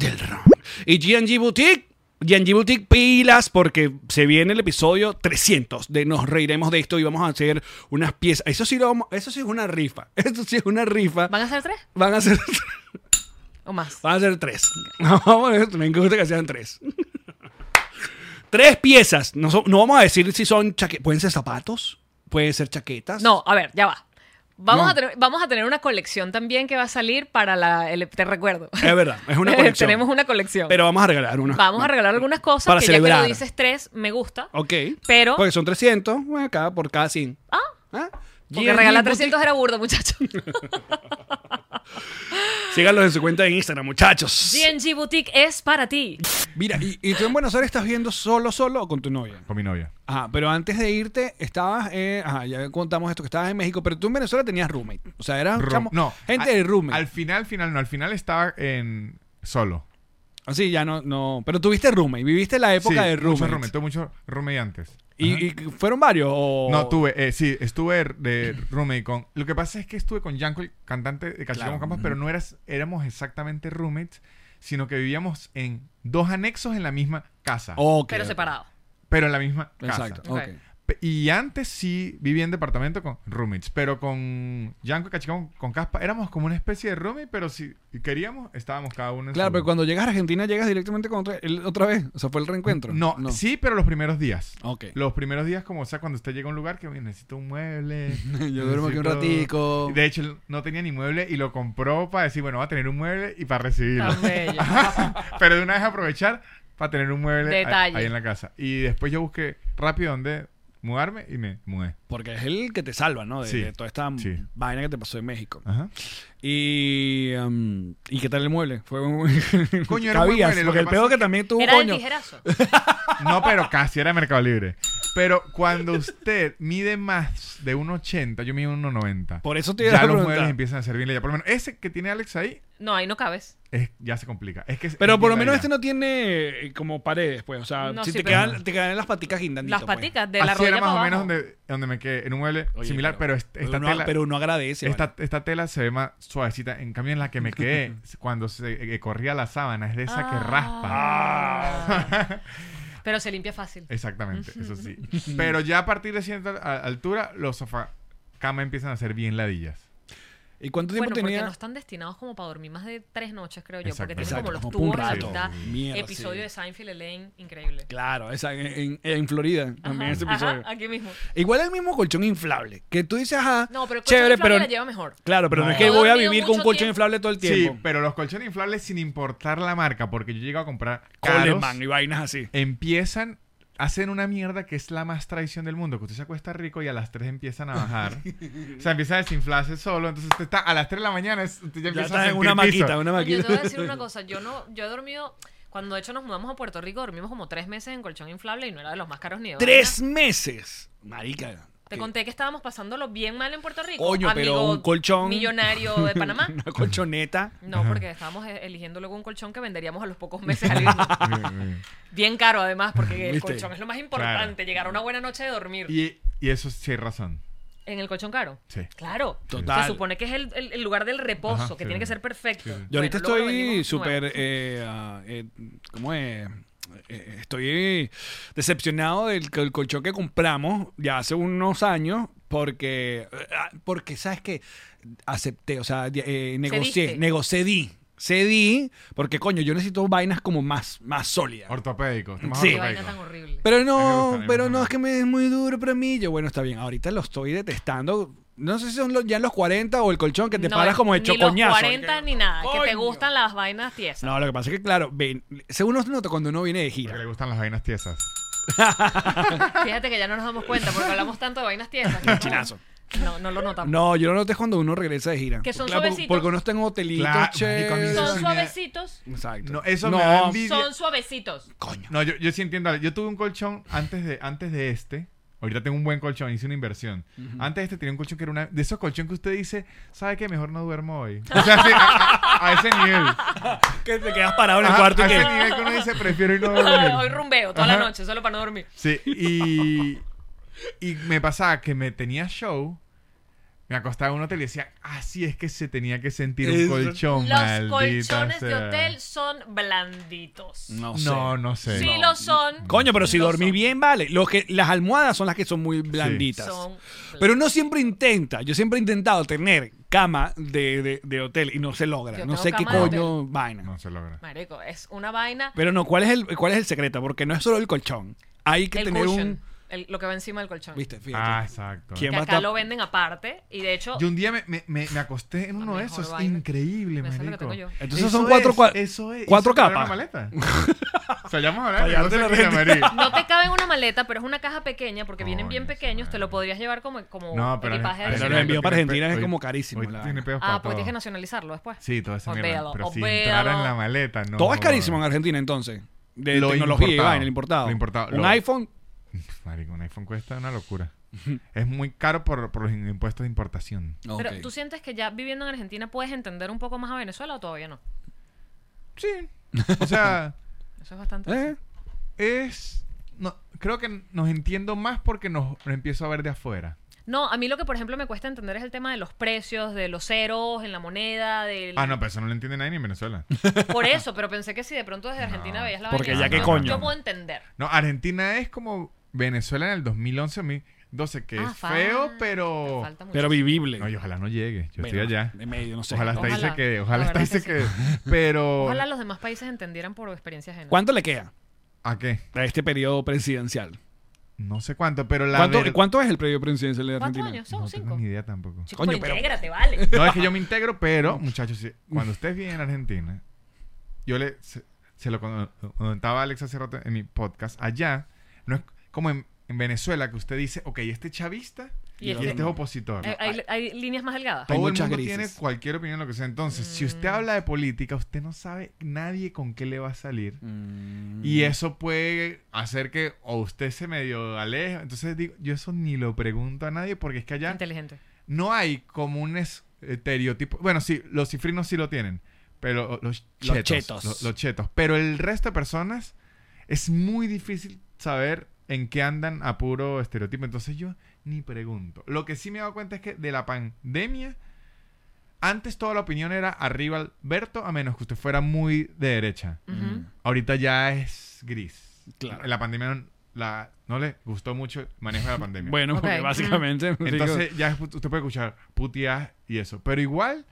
S3: Y GNG Boutique. GNG Boutique, pilas, porque se viene el episodio 300 de Nos Reiremos de Esto y vamos a hacer unas piezas. Eso sí, lo vamos- eso sí es una rifa. Eso sí es una rifa.
S4: ¿Van a ser tres
S3: Van a ser,
S4: o más?
S3: van a ser tres. Vamos, Me gusta que sean tres. tres piezas. No, so- no vamos a decir si son chaquetas. Pueden ser zapatos, pueden ser chaquetas.
S4: No, a ver, ya va. Vamos,
S3: No.
S4: a, tener, vamos a tener una colección también que va a salir para la... el- te recuerdo.
S3: Es verdad, es una colección.
S4: Tenemos una colección.
S3: Pero vamos a regalar una.
S4: Vamos a regalar algunas cosas
S3: Para
S4: que ya
S3: celebrar.
S4: que lo dices tres, me gusta.
S3: Ok.
S4: Pero-
S3: Porque son 300, bueno, cada, por cada 100.
S4: Ah,
S3: ¿Ah?
S4: porque
S3: GNG
S4: regalar
S3: Boutique.
S4: 300 era burdo, muchachos.
S3: Síganlos en su cuenta en Instagram, muchachos.
S4: GNG Boutique es para ti.
S3: Mira, y, y tú en Buenos Aires estás viendo solo, solo o con tu novia.
S6: Con mi novia.
S3: Ajá, pero antes de irte, estabas. eh, ajá, ya contamos esto que estabas en México, pero tú en Venezuela tenías roommate. O sea, eras
S6: Ru-
S3: chamo-
S6: no.
S3: gente
S6: al-
S3: de roommate.
S6: Al final, final, no. Al final estaba en solo.
S3: Así Ah, ya no, no. Pero tuviste roommate, viviste la época
S6: Sí,
S3: de
S6: mucho
S3: roommate.
S6: Tuve muchos roommate antes. Ajá.
S3: ¿Y, y fueron varios? o-
S6: No, tuve, eh, sí, estuve de roommate con. Lo que pasa es que estuve con Janko, el cantante de Cachicamo
S3: Claro.
S6: Campas, pero no eras, éramos exactamente roommates, sino que vivíamos en dos anexos en la misma casa.
S3: Ok,
S4: Pero
S3: ok.
S4: separado.
S6: Pero en la misma casa.
S3: Exacto.
S4: Ok.
S3: ok.
S6: Pe- Y antes sí viví en departamento con roommates, pero con Yanko y Cachicamo con Caspa éramos como una especie de roommate, pero si queríamos estábamos cada uno en
S3: Claro,
S6: su-
S3: pero cuando llegas a Argentina llegas directamente con otra, el- otra vez. O sea, fue el reencuentro.
S6: No, sí, pero los primeros días.
S3: Ok.
S6: Los primeros días, como, o sea, cuando usted llega a un lugar que "Oye, necesito un mueble.
S3: Yo duermo aquí un
S6: necesito-".
S3: ratico.
S6: De hecho, él no tenía ni mueble y lo compró para decir, bueno, va a tener un mueble y para recibirlo.
S4: Tan bello.
S6: pero de una vez aprovechar para tener un mueble ahí-
S4: Detalle.
S6: ahí en la casa. Y después yo busqué rápido donde mudarme y me mudé.
S3: Porque es el que te salva, ¿no? De,
S6: Sí.
S3: de toda esta
S6: Sí.
S3: vaina que te pasó en México.
S6: Ajá.
S3: Y, um, ¿Y qué tal el mueble? Fue un...
S6: Coño, era un buen
S3: Cabías,
S6: mueble, lo
S3: Porque
S6: que
S3: el
S6: pasa
S3: pedo
S6: es
S3: que
S6: que-
S3: también tuvo,
S4: Era el
S3: coño.
S4: tijerazo.
S6: No, pero casi era Mercado Libre. Pero cuando usted mide más de 1,80, yo mido 1,90.
S3: Por eso te iba a
S6: Ya los
S3: preguntar.
S6: muebles empiezan a servirle ya. Por lo menos ese que tiene Alex ahí
S4: No, ahí no cabes.
S6: es- ya se complica. Es que
S3: Pero por lo
S6: es
S3: menos
S6: ya.
S3: este no tiene eh, como paredes, pues. O sea,
S4: No,
S3: si
S4: sí,
S3: te,
S4: pero-
S3: quedan, te quedan las paticas guindandito.
S4: Las
S3: pues.
S4: paticas de la
S6: Así
S4: rodilla
S6: era más
S4: para
S6: o menos
S4: abajo.
S6: donde, donde me quedé. En un mueble
S3: Oye,
S6: similar, pero, est-
S3: pero
S6: esta
S3: uno-
S6: tela.
S3: Pero uno agradece.
S6: esta,
S3: vale.
S6: esta tela se ve más suavecita. En cambio, en la que me quedé cuando se eh, corría la sábana es de esa que raspa.
S4: Ah. Pero se limpia fácil.
S6: Exactamente, eso sí. Pero ya a partir de cierta a- altura, los sofá cama empiezan a ser bien ladillas.
S3: ¿Y cuánto tiempo
S4: Bueno, porque
S3: tenía?
S4: no están destinados como para dormir más de tres noches, creo yo.
S6: Exacto.
S4: Porque tienen como los
S3: Exacto, como
S4: tubos
S3: por
S4: en
S3: un
S4: la
S3: rato.
S4: mitad.
S3: Mierda,
S4: episodio
S3: sí.
S4: de Seinfeld Elaine, increíble.
S3: Claro, esa, en, en- en Florida también
S4: Ajá,
S3: ese episodio.
S4: ajá, aquí mismo.
S3: Igual el mismo colchón inflable. Que tú dices, ajá,
S4: No, pero el
S3: chévere,
S4: colchón inflable
S3: pero...
S4: la lleva mejor.
S3: Claro, pero no,
S6: No.
S3: es que
S4: Yo he
S3: voy a
S4: dormido
S3: vivir con un
S4: mucho
S3: colchón
S4: tiempo.
S3: inflable todo el
S6: Sí,
S3: tiempo.
S6: pero los colchones inflables, sin importar la marca, porque yo llego a comprar caros,
S3: Coleman y vainas así.
S6: empiezan, hacen una mierda que es la más traición del mundo. Que usted se acuesta rico y a las 3 empiezan a bajar. o sea, empieza a desinflarse solo. Entonces, usted está a las 3 de la mañana, es- usted ya
S3: Ya
S6: empieza a
S3: estás en
S6: sentir
S3: una
S6: piso.
S3: maquita, una
S4: Yo
S3: maquita.
S4: te voy a decir una cosa. Yo no, yo he dormido... Cuando de hecho nos mudamos a Puerto Rico, dormimos como tres meses en colchón inflable y no era de los más caros ni de
S3: Tres
S4: vaina.
S3: meses. Marica.
S4: Te
S3: que-
S4: conté que estábamos pasándolo bien mal en Puerto Rico.
S3: Coño, pero
S4: amigo
S3: un colchón.
S4: Millonario de Panamá.
S3: Una colchoneta.
S4: No, porque estábamos eh, eligiendo luego un colchón que venderíamos a los pocos meses al irnos. Bien caro, además, porque el
S3: ¿Viste?
S4: colchón es lo más importante.
S6: Claro.
S4: Llegar a una buena noche de dormir.
S6: Y, y eso sí hay razón.
S4: ¿En el colchón caro?
S6: Sí.
S4: Claro.
S3: Total.
S4: Se supone que es el, el- el lugar del reposo,
S6: Ajá,
S4: que
S6: sí.
S4: tiene que ser perfecto.
S6: Sí, sí.
S3: Yo ahorita
S4: Bueno, luego lo
S3: estoy
S4: vendimos
S3: súper.
S4: nuevo.
S3: eh, ah, eh, ¿Cómo es? Eh, Estoy decepcionado del col- colchón que compramos ya hace unos años porque, eh, ah, porque ¿sabes que Acepté, o sea, di- eh, negocié,
S4: Cediste.
S3: negocié, di, cedí, porque coño, yo necesito vainas como más, más sólidas.
S6: Ortopédico. está más
S3: Sí.
S4: Qué
S6: ortopédico.
S4: vaina tan horrible.
S3: Pero
S6: A mí me
S3: no,
S6: gustan, a mí
S3: pero
S6: me
S3: no,
S6: gustan.
S3: es que me es muy duro para mí. Yo, bueno, está bien, ahorita lo estoy detestando. No sé si son los, ya en los 40 o el colchón que te
S4: No,
S3: paras como de
S4: Ni los
S3: chocoñazo.
S4: 40 ni nada. Que te
S3: Coño.
S4: gustan las vainas tiesas.
S3: No, lo que pasa es que, claro, ven, se uno nota cuando uno viene de gira.
S6: Porque le gustan las vainas tiesas.
S4: Fíjate que ya no nos damos cuenta porque hablamos tanto de vainas tiesas. que no-
S3: Chinazo.
S4: No, no lo notamos.
S3: No, yo lo noté es cuando uno regresa de gira.
S4: Que son
S3: Claro, por-
S4: suavecitos.
S3: Porque uno está en hotelitos,
S6: Claro, marico,
S3: chéveres.
S6: a mí eso
S4: Son
S6: sí me-
S4: suavecitos.
S3: Exacto.
S6: No, eso
S3: No,
S6: me da envidia.
S4: Son suavecitos.
S3: Coño.
S6: No, yo, yo sí entiendo. Yo tuve un colchón antes de, antes de este. Ahorita tengo un buen colchón, hice una inversión. Antes de este tenía un colchón que era una... De esos colchón que usted dice, ¿sabe qué? Mejor no duermo hoy. O sea, sí, a, a- a ese nivel.
S3: Que te quedas parado en el
S6: Ajá,
S3: cuarto
S6: a
S3: y que...
S6: ese nivel que uno dice, prefiero ir no dormir.
S4: Hoy rumbeo toda la
S6: Ajá.
S4: noche solo para no dormir.
S6: Sí, y, y me pasaba que me tenía show, me acostaba en un hotel y decía, así es que se tenía que sentir un
S3: Eso.
S6: colchón.
S4: Los
S6: Oh, maldita
S4: colchones de
S6: sea".
S4: hotel son blanditos.
S3: No
S6: No, no sé.
S4: Sí lo son.
S3: Coño, pero si
S4: Lo
S3: dormí
S4: son.
S3: bien, vale. Los que, las almohadas son las que son muy blanditas.
S4: Son
S3: Pero uno siempre intenta. Yo siempre he intentado tener cama de, de- de hotel y no se logra.
S4: Yo
S3: No
S4: tengo
S3: sé qué
S4: cama de
S3: coño vaina.
S6: No se logra.
S4: Marico, es una vaina.
S3: Pero no, ¿cuál es, el, ¿cuál es el secreto? Porque no es solo el colchón. Hay que
S4: el
S3: tener
S4: cushion.
S3: un...
S4: el- lo que va encima del colchón.
S3: Viste, fíjate.
S6: Ah, exacto.
S3: ¿Quién
S4: Que
S3: va a
S4: acá
S3: estar-
S4: lo venden aparte. Y de hecho,
S6: Yo un día me, me, me, me acosté en uno de
S4: mejor
S6: esos.
S4: vaina.
S6: Increíble,
S4: Esa es la que
S6: marico.
S4: tengo yo.
S3: Entonces
S6: Eso
S3: son cuatro
S6: es,
S3: cua-
S6: Eso es.
S3: cuatro
S6: eso te regala
S3: capas.
S6: una maleta. o sea, ya vamos a hablar de
S3: Para llevarte
S6: cosas
S3: la
S6: que
S3: renta.
S6: llamaría.
S4: no te cabe en una maleta, pero es una caja pequeña porque vienen
S6: Coño,
S4: bien
S6: esa
S4: pequeños. Te lo
S6: madre.
S4: podrías llevar como, como
S6: No, pero.
S4: equipaje
S3: Pero
S6: Alejandro
S4: adicional.
S3: los envío para
S6: tiene
S3: Argentina
S6: pe-
S3: es
S6: hoy-
S3: como carísimo,
S6: hoy
S3: la
S6: tiene
S3: vaina.
S6: peos
S4: Ah,
S6: para
S4: pues
S6: todo.
S4: tienes que nacionalizarlo después.
S6: Sí, toda esa mierda.
S4: Olvídalo,
S6: Pero si
S4: olvídalo.
S6: entrara en la maleta, no.
S3: Todo es
S6: joda.
S3: carísimo en Argentina entonces. De
S6: Lo
S3: tecnología y
S6: importado.
S3: vaina, el importado.
S6: Lo importado,
S3: Un
S6: lo-
S3: iPhone,
S6: Pff, Marico, un iPhone cuesta una locura. es muy caro por, por los impuestos de importación.
S4: Pero
S3: Ok.
S4: tú sientes que ya viviendo en Argentina puedes entender un poco más a Venezuela o todavía no.
S6: Sí. O sea,
S4: Eso es bastante.
S3: ¿Eh?
S6: es. No, creo que nos entiendo más porque nos, nos empiezo a ver de afuera.
S4: No, a mí lo que por ejemplo me cuesta entender es el tema de los precios, de los ceros en la moneda, del
S6: Ah, no, pero eso no lo entiende nadie ni en Venezuela.
S4: por eso, pero pensé que si de pronto desde Argentina
S6: No,
S4: veías la
S3: porque
S4: vaina,
S6: ya
S4: yo-
S6: qué coño.
S4: Yo puedo entender.
S6: No, Argentina es como Venezuela en el 2011, 2012, que
S4: Ah,
S6: es
S4: fa-
S6: feo,
S4: te
S6: pero.
S4: falta mucho.
S3: pero vivible.
S6: No, y ojalá no llegue. Yo estoy
S3: Bueno,
S6: allá.
S3: En medio, no sé.
S6: Ojalá hasta ahí
S4: Ojalá.
S6: se quede. Ojalá
S4: La
S6: hasta ahí
S4: verdad
S6: se
S4: que
S6: quede. Pero.
S4: Ojalá los demás países entendieran por experiencia ajena.
S3: ¿Cuánto le queda
S6: ¿A qué?
S3: a este periodo presidencial?
S6: No sé cuánto, pero la.
S3: ¿Cuánto,
S6: ver-
S3: cuánto es el periodo presidencial de
S4: ¿Cuántos
S3: Argentina?
S4: años? Son
S6: No
S4: cinco.
S6: tengo ni idea tampoco.
S4: Chico,
S3: Coño,
S4: pero
S3: pero-
S4: intégrate, vale.
S6: No, es que yo me integro, pero, muchachos, si- cuando ustedes vienen en Argentina, yo le se, se lo con- contaba a Alex hace rato en mi podcast, allá, no es como en en Venezuela que usted dice, ok, este es chavista
S4: Y
S6: y,
S4: este
S6: este, es
S4: no.
S6: opositor.
S4: Hay, hay- hay líneas más delgadas.
S3: Hay
S6: Todo el
S3: muchas
S6: mundo
S3: grises.
S6: tiene cualquier opinión, lo que sea. Entonces, si usted habla de política, usted no sabe nadie con qué le va a salir. Y eso puede hacer que o usted se medio aleje. Entonces, digo, yo eso ni lo pregunto a nadie porque es que allá
S4: Inteligente.
S6: no hay como un es- estereotipo. Bueno, sí, los cifrinos sí lo tienen. Pero o- los chetos.
S3: Los
S6: lo- Los
S3: chetos.
S6: chetos. Pero el resto de personas es muy difícil saber en qué andan a puro estereotipo. Entonces yo ni pregunto. Lo que sí me he dado cuenta es que de la pandemia, antes toda la opinión era arriba Alberto, a menos que usted fuera muy de derecha.
S4: Ujú.
S6: Ahorita ya es gris.
S3: Claro.
S6: La pandemia no, la- no le gustó mucho el manejo de la pandemia.
S3: Bueno,
S4: Ok. Mm.
S3: porque básicamente.
S6: Entonces ya es- usted puede escuchar puteadas y eso. Pero igual,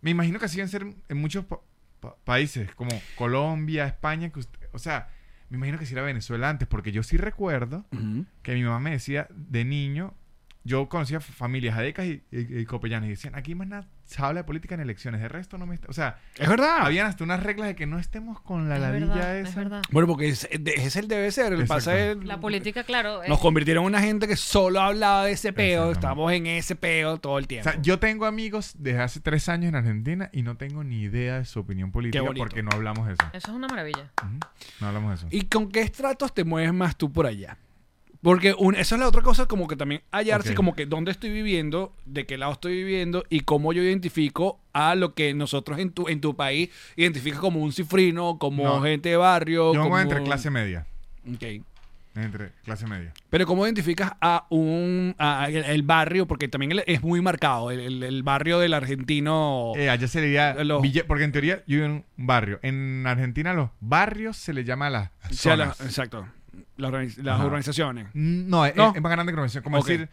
S6: me imagino que así deben ser en muchos pa- pa- países, como Colombia, España, que usted- o sea, me imagino que si era Venezuela antes, porque yo sí recuerdo
S3: Ujú.
S6: que mi mamá me decía de niño, yo conocía f- familias adecas y, y- y copellanas y decían, aquí más nada se habla de política en elecciones, de resto no me... está-". O sea,
S3: Es verdad.
S6: habían hasta unas reglas de que no estemos con la
S4: Es
S6: ladilla
S4: verdad,
S6: esa.
S4: es verdad.
S3: Bueno, porque es, es el debe ser. El
S6: Exacto.
S3: pasa es-
S4: La política, claro. es-
S3: Nos convirtieron en una gente que solo hablaba de ese peo.
S6: Exactamente.
S3: Estamos en ese peo todo el
S6: O
S3: tiempo.
S6: sea, yo tengo amigos desde hace tres años en Argentina y no tengo ni idea de su opinión política
S3: bonito.
S6: porque no hablamos de eso.
S4: Eso es una maravilla.
S6: Ujú. No hablamos de eso.
S3: ¿Y con qué estratos te mueves más tú por allá? Porque un- eso es la otra cosa, como que también hallarse,
S6: Ok.
S3: como que dónde estoy viviendo, de qué lado estoy viviendo y cómo yo identifico a lo que nosotros en tu, en tu país identificas como un cifrino, como
S6: No.
S3: gente de barrio.
S6: Yo me
S3: como
S6: voy entre clase media.
S3: Ok.
S6: Entre clase media.
S3: Pero ¿cómo identificas a un a el, el barrio? Porque también el- es muy marcado, el, el- el barrio del argentino.
S6: Eh, allá se le diría.
S3: Los-
S6: ville- porque en teoría yo vivo en un barrio. En Argentina los barrios se le llama a las
S3: o sea, la-
S6: zonas.
S3: exacto. Las organiz- las
S6: Ajá.
S3: urbanizaciones.
S6: No, es,
S3: No.
S6: es más grande que convención. Como
S3: Ok.
S6: decir,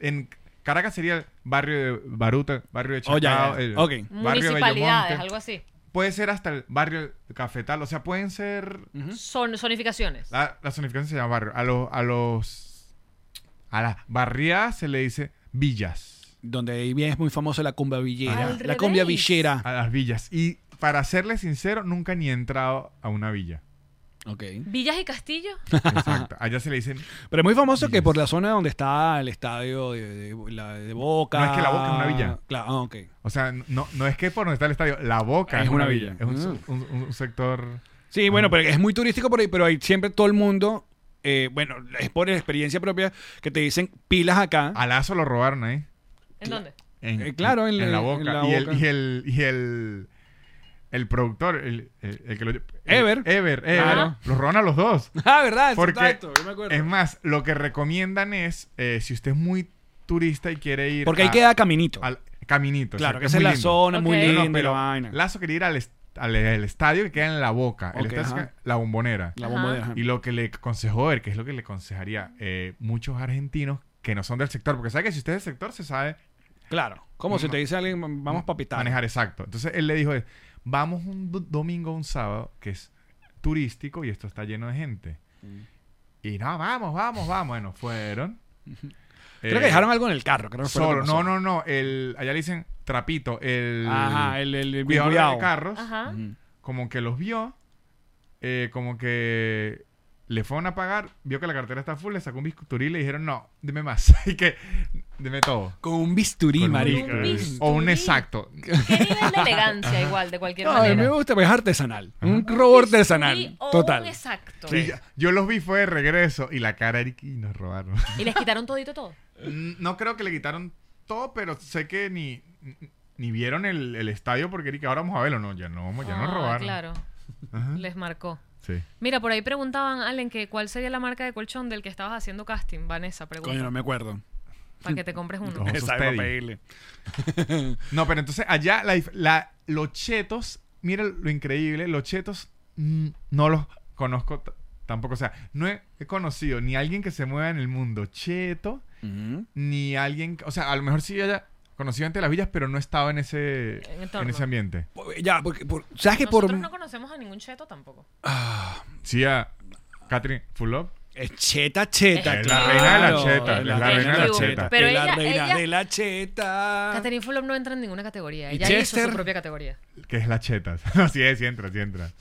S6: en Caracas sería el barrio de Baruta, barrio de
S3: Oh,
S6: Chacao,
S3: ya, ya.
S6: el
S3: Ok.
S6: barrio de
S4: Municipalidades,
S6: Bellomonte.
S4: algo así.
S6: Puede ser hasta el barrio Cafetal. O sea, pueden ser
S4: Son, zonificaciones.
S6: La, la zonificación se llama barrio. A los. A los. A las barriadas se le dice villas.
S3: Donde ahí bien es muy famoso la cumbia villera.
S4: Al
S3: La cumbia
S4: revés.
S3: villera.
S6: A las villas. Y para serle sincero, nunca ni he entrado a una villa.
S3: Ok.
S4: Villas y Castillo.
S6: Exacto. Allá se le dicen.
S3: Pero es muy famoso que por la zona donde está el estadio de, de- la de Boca.
S6: No es que la Boca es una villa.
S3: Claro, ah, ok.
S6: O sea, no, no es que por donde está el estadio. La boca
S3: Es
S6: es,
S3: una
S6: una,
S3: villa. Mm.
S6: villa. Es un, un- un sector.
S3: Sí, bueno, pero es muy turístico por ahí, pero hay siempre todo el mundo. eh, bueno, es por experiencia propia que te dicen pilas acá.
S6: A Lazo lo robaron ahí.
S4: ¿En dónde?
S6: En,
S3: Eh, claro, en la-
S6: la
S3: en
S6: boca.
S3: la
S6: y, el,
S3: boca.
S6: y el. y el. el productor, el, el- el que lo. el-
S3: Ever.
S6: Ever, Ever.
S3: Claro.
S6: Los robaron a los dos.
S3: Ah, ¿verdad?
S6: Porque
S3: Exacto, yo me acuerdo.
S6: Es más, lo que recomiendan es, eh, si usted es muy turista y quiere ir
S3: Porque ahí
S6: a-
S3: queda caminito.
S6: al caminito.
S3: claro,
S6: o sea,
S3: que
S6: es
S3: esa es
S6: muy
S3: la
S6: lindo.
S3: zona muy
S4: Ok.
S3: linda,
S6: No,
S3: y
S6: no,
S3: la
S6: pero
S3: vaina.
S6: Lazo quería ir al, est- al- al estadio que queda en la boca, el
S3: Ok,
S6: estadio
S3: ajá.
S6: que- la bombonera.
S3: La bomba de- ajá.
S6: Y lo que le aconsejó él, que es lo que le aconsejaría eh, muchos argentinos que no son del sector, porque sabe que si usted es del sector se sabe
S3: Claro. Como si te dice alguien, vamos para pitar.
S6: manejar exacto. Entonces él le dijo, eh, vamos un do- domingo, un sábado, que es turístico y esto está lleno de gente.
S3: Mm.
S6: Y no, vamos, vamos, vamos. Bueno, fueron.
S3: Creo
S6: Eh,
S3: que dejaron algo en el carro, creo que fue lo que
S6: Solo,
S3: pasó.
S6: no, no, no. El, allá le dicen trapito. El,
S3: Ajá, el, el, el
S6: cuidador
S3: cuidado.
S6: de carros,
S4: Ajá.
S6: como que los vio, eh, como que le fueron a pagar, vio que la cartera está full, le sacó un bisturí y le dijeron, no, deme más. y que, deme todo.
S3: Con un bisturí,
S6: Con un
S3: marico.
S4: Un bisturí.
S6: O un exacto.
S4: ¿Qué nivel de elegancia igual, de cualquier
S3: No, a mí
S4: manera?
S3: me gusta, pues es artesanal. Un robo
S4: Sí,
S3: artesanal.
S4: o
S3: Total.
S4: un exacto.
S6: Y ya- yo los vi, fue de regreso y la cara y y nos robaron.
S4: Y les quitaron todito todo.
S6: Mm, no creo que le quitaron todo, pero sé que ni, ni vieron el, el estadio porque Erika, ahora vamos a verlo. No, ya no, vamos- ya nos
S4: Ah,
S6: robaron.
S4: Claro.
S6: Ajá.
S4: Les marcó.
S6: Sí.
S4: Mira, por ahí preguntaban, Allen, que cuál sería la marca de colchón del que estabas haciendo casting. Vanessa,
S3: Coño,
S4: pregunta.
S3: no me acuerdo.
S4: Para que te compres uno.
S6: No. Ojo,
S3: Exacto,
S6: Teddy.
S3: para pedirle.
S6: No, pero entonces allá la, dif- la- los chetos, mira lo increíble, los chetos mm, no los conozco t- tampoco. O sea, no he, he conocido ni alguien que se mueva en el mundo cheto, ni alguien, o sea, a lo mejor sí haya conocido entre las villas, pero no estaba en ese,
S4: En
S6: en,
S4: entorno.
S6: ese ambiente.
S3: Por- Pues, Ya, porque. por- ¿Sabes que por.?
S4: Nosotros no conocemos a ningún cheto tampoco.
S6: Sí, a Catherine Fulop.
S3: Es cheta, cheta.
S4: Es
S6: la
S3: claro.
S6: reina de la cheta,
S3: Es
S6: es la reina de la cheta.
S4: Pero
S3: es la
S4: ella-
S3: reina
S4: ella-
S3: de la cheta.
S4: Catherine Fulham no entra en ninguna categoría.
S3: Ah. ¿Y
S4: Ella hizo
S3: Chester?
S4: su propia categoría.
S6: Que es la cheta. Así es, sí entra, sí entra.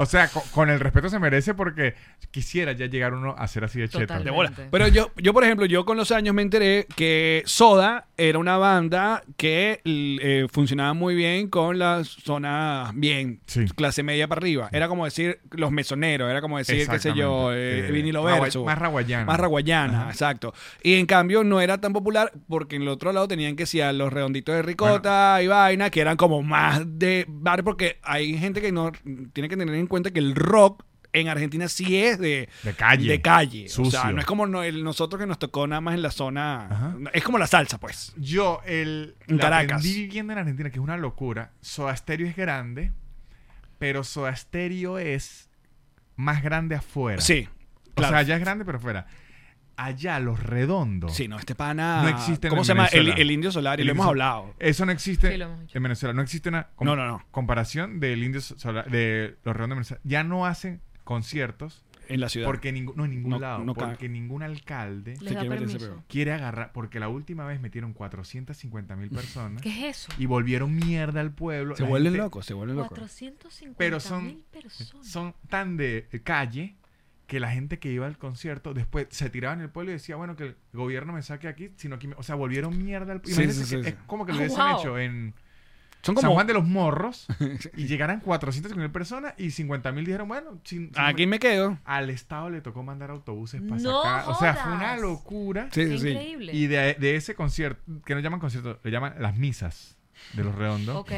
S6: O sea, co- con, el respeto se merece porque quisiera ya llegar uno a ser así de cheta.
S4: Totalmente.
S3: De bola. Pero yo, yo, por ejemplo, yo con los años me enteré que Soda era una banda que l- eh, funcionaba muy bien con las zonas bien,
S6: Sí.
S3: clase media para arriba. Era como decir los mesoneros, era como decir, qué sé
S6: Exactamente.
S3: yo, eh,
S6: Eh,
S3: vinilo
S6: rawa-
S3: verso.
S6: más raguayana.
S3: Más raguayana, exacto. Y en cambio no era tan popular porque en el otro lado tenían que ser a los redonditos de ricota y vaina, que eran como más de bar, porque hay gente que no tiene que tener en cuenta que el rock en Argentina sí es de,
S6: De calle.
S3: De calle. O sea,
S6: Sucio.
S3: no es como no- el- nosotros que nos tocó nada más en la zona.
S6: Ajá.
S3: Es como la salsa, pues.
S6: Yo, el.
S3: En
S6: la
S3: Caracas.
S6: Aprendí viviendo en Argentina, que es una locura. Soda Stereo es grande, pero Soda Stereo es más grande afuera.
S3: Sí. Claro.
S6: O sea, allá es grande, pero afuera. Allá, los redondos.
S3: sí, no, este pana.
S6: Oh. No existe en
S3: ¿Cómo se
S6: Venezuela.
S3: llama? El, el indio solar, y
S6: El
S3: lo
S6: Indio
S3: hemos
S6: Sol-
S3: hablado.
S6: Eso no existe
S4: Sí, lo hemos dicho.
S6: en Venezuela. No existe una com-
S3: No, no, no.
S6: comparación del indio solar, de los redondos de Venezuela. Ya no hacen conciertos
S3: En la ciudad.
S6: porque ningún, no, en ningún
S3: No-
S6: lado,
S3: no cabe.
S6: porque ningún alcalde
S4: Les da
S3: quiere meter ese
S4: permiso.
S6: quiere agarrar, porque la última vez metieron 450 mil personas
S4: ¿Qué es eso?
S6: y volvieron mierda al pueblo.
S3: se
S6: La
S3: vuelven
S6: gente-
S3: locos, se vuelven locos.
S4: 450
S6: Pero son-
S4: mil personas.
S6: Son tan de calle que la gente que iba al concierto después se tiraba en el pueblo y decía, bueno, que el gobierno me saque aquí, sino que, me- o sea, volvieron mierda al
S3: Sí,
S6: pueblo.
S3: sí, sí,
S6: es
S3: sí.
S6: como que lo
S4: Ah,
S6: hubiesen
S4: wow.
S6: hecho en
S3: Son
S6: San
S3: como.
S6: Juan de los Morros y llegaran 450 mil personas y 50 mil dijeron, bueno, sin- sin-
S3: ah, Aquí me quedo.
S6: al Estado le tocó mandar autobuses para
S4: ¡No
S6: sacar. O sea, fue
S4: jodas!
S6: una locura.
S3: Sí,
S4: Qué
S3: sí, sí.
S4: Increíble.
S6: Y de, de ese concierto, que no llaman concierto, le llaman las misas de los redondos.
S4: Ok.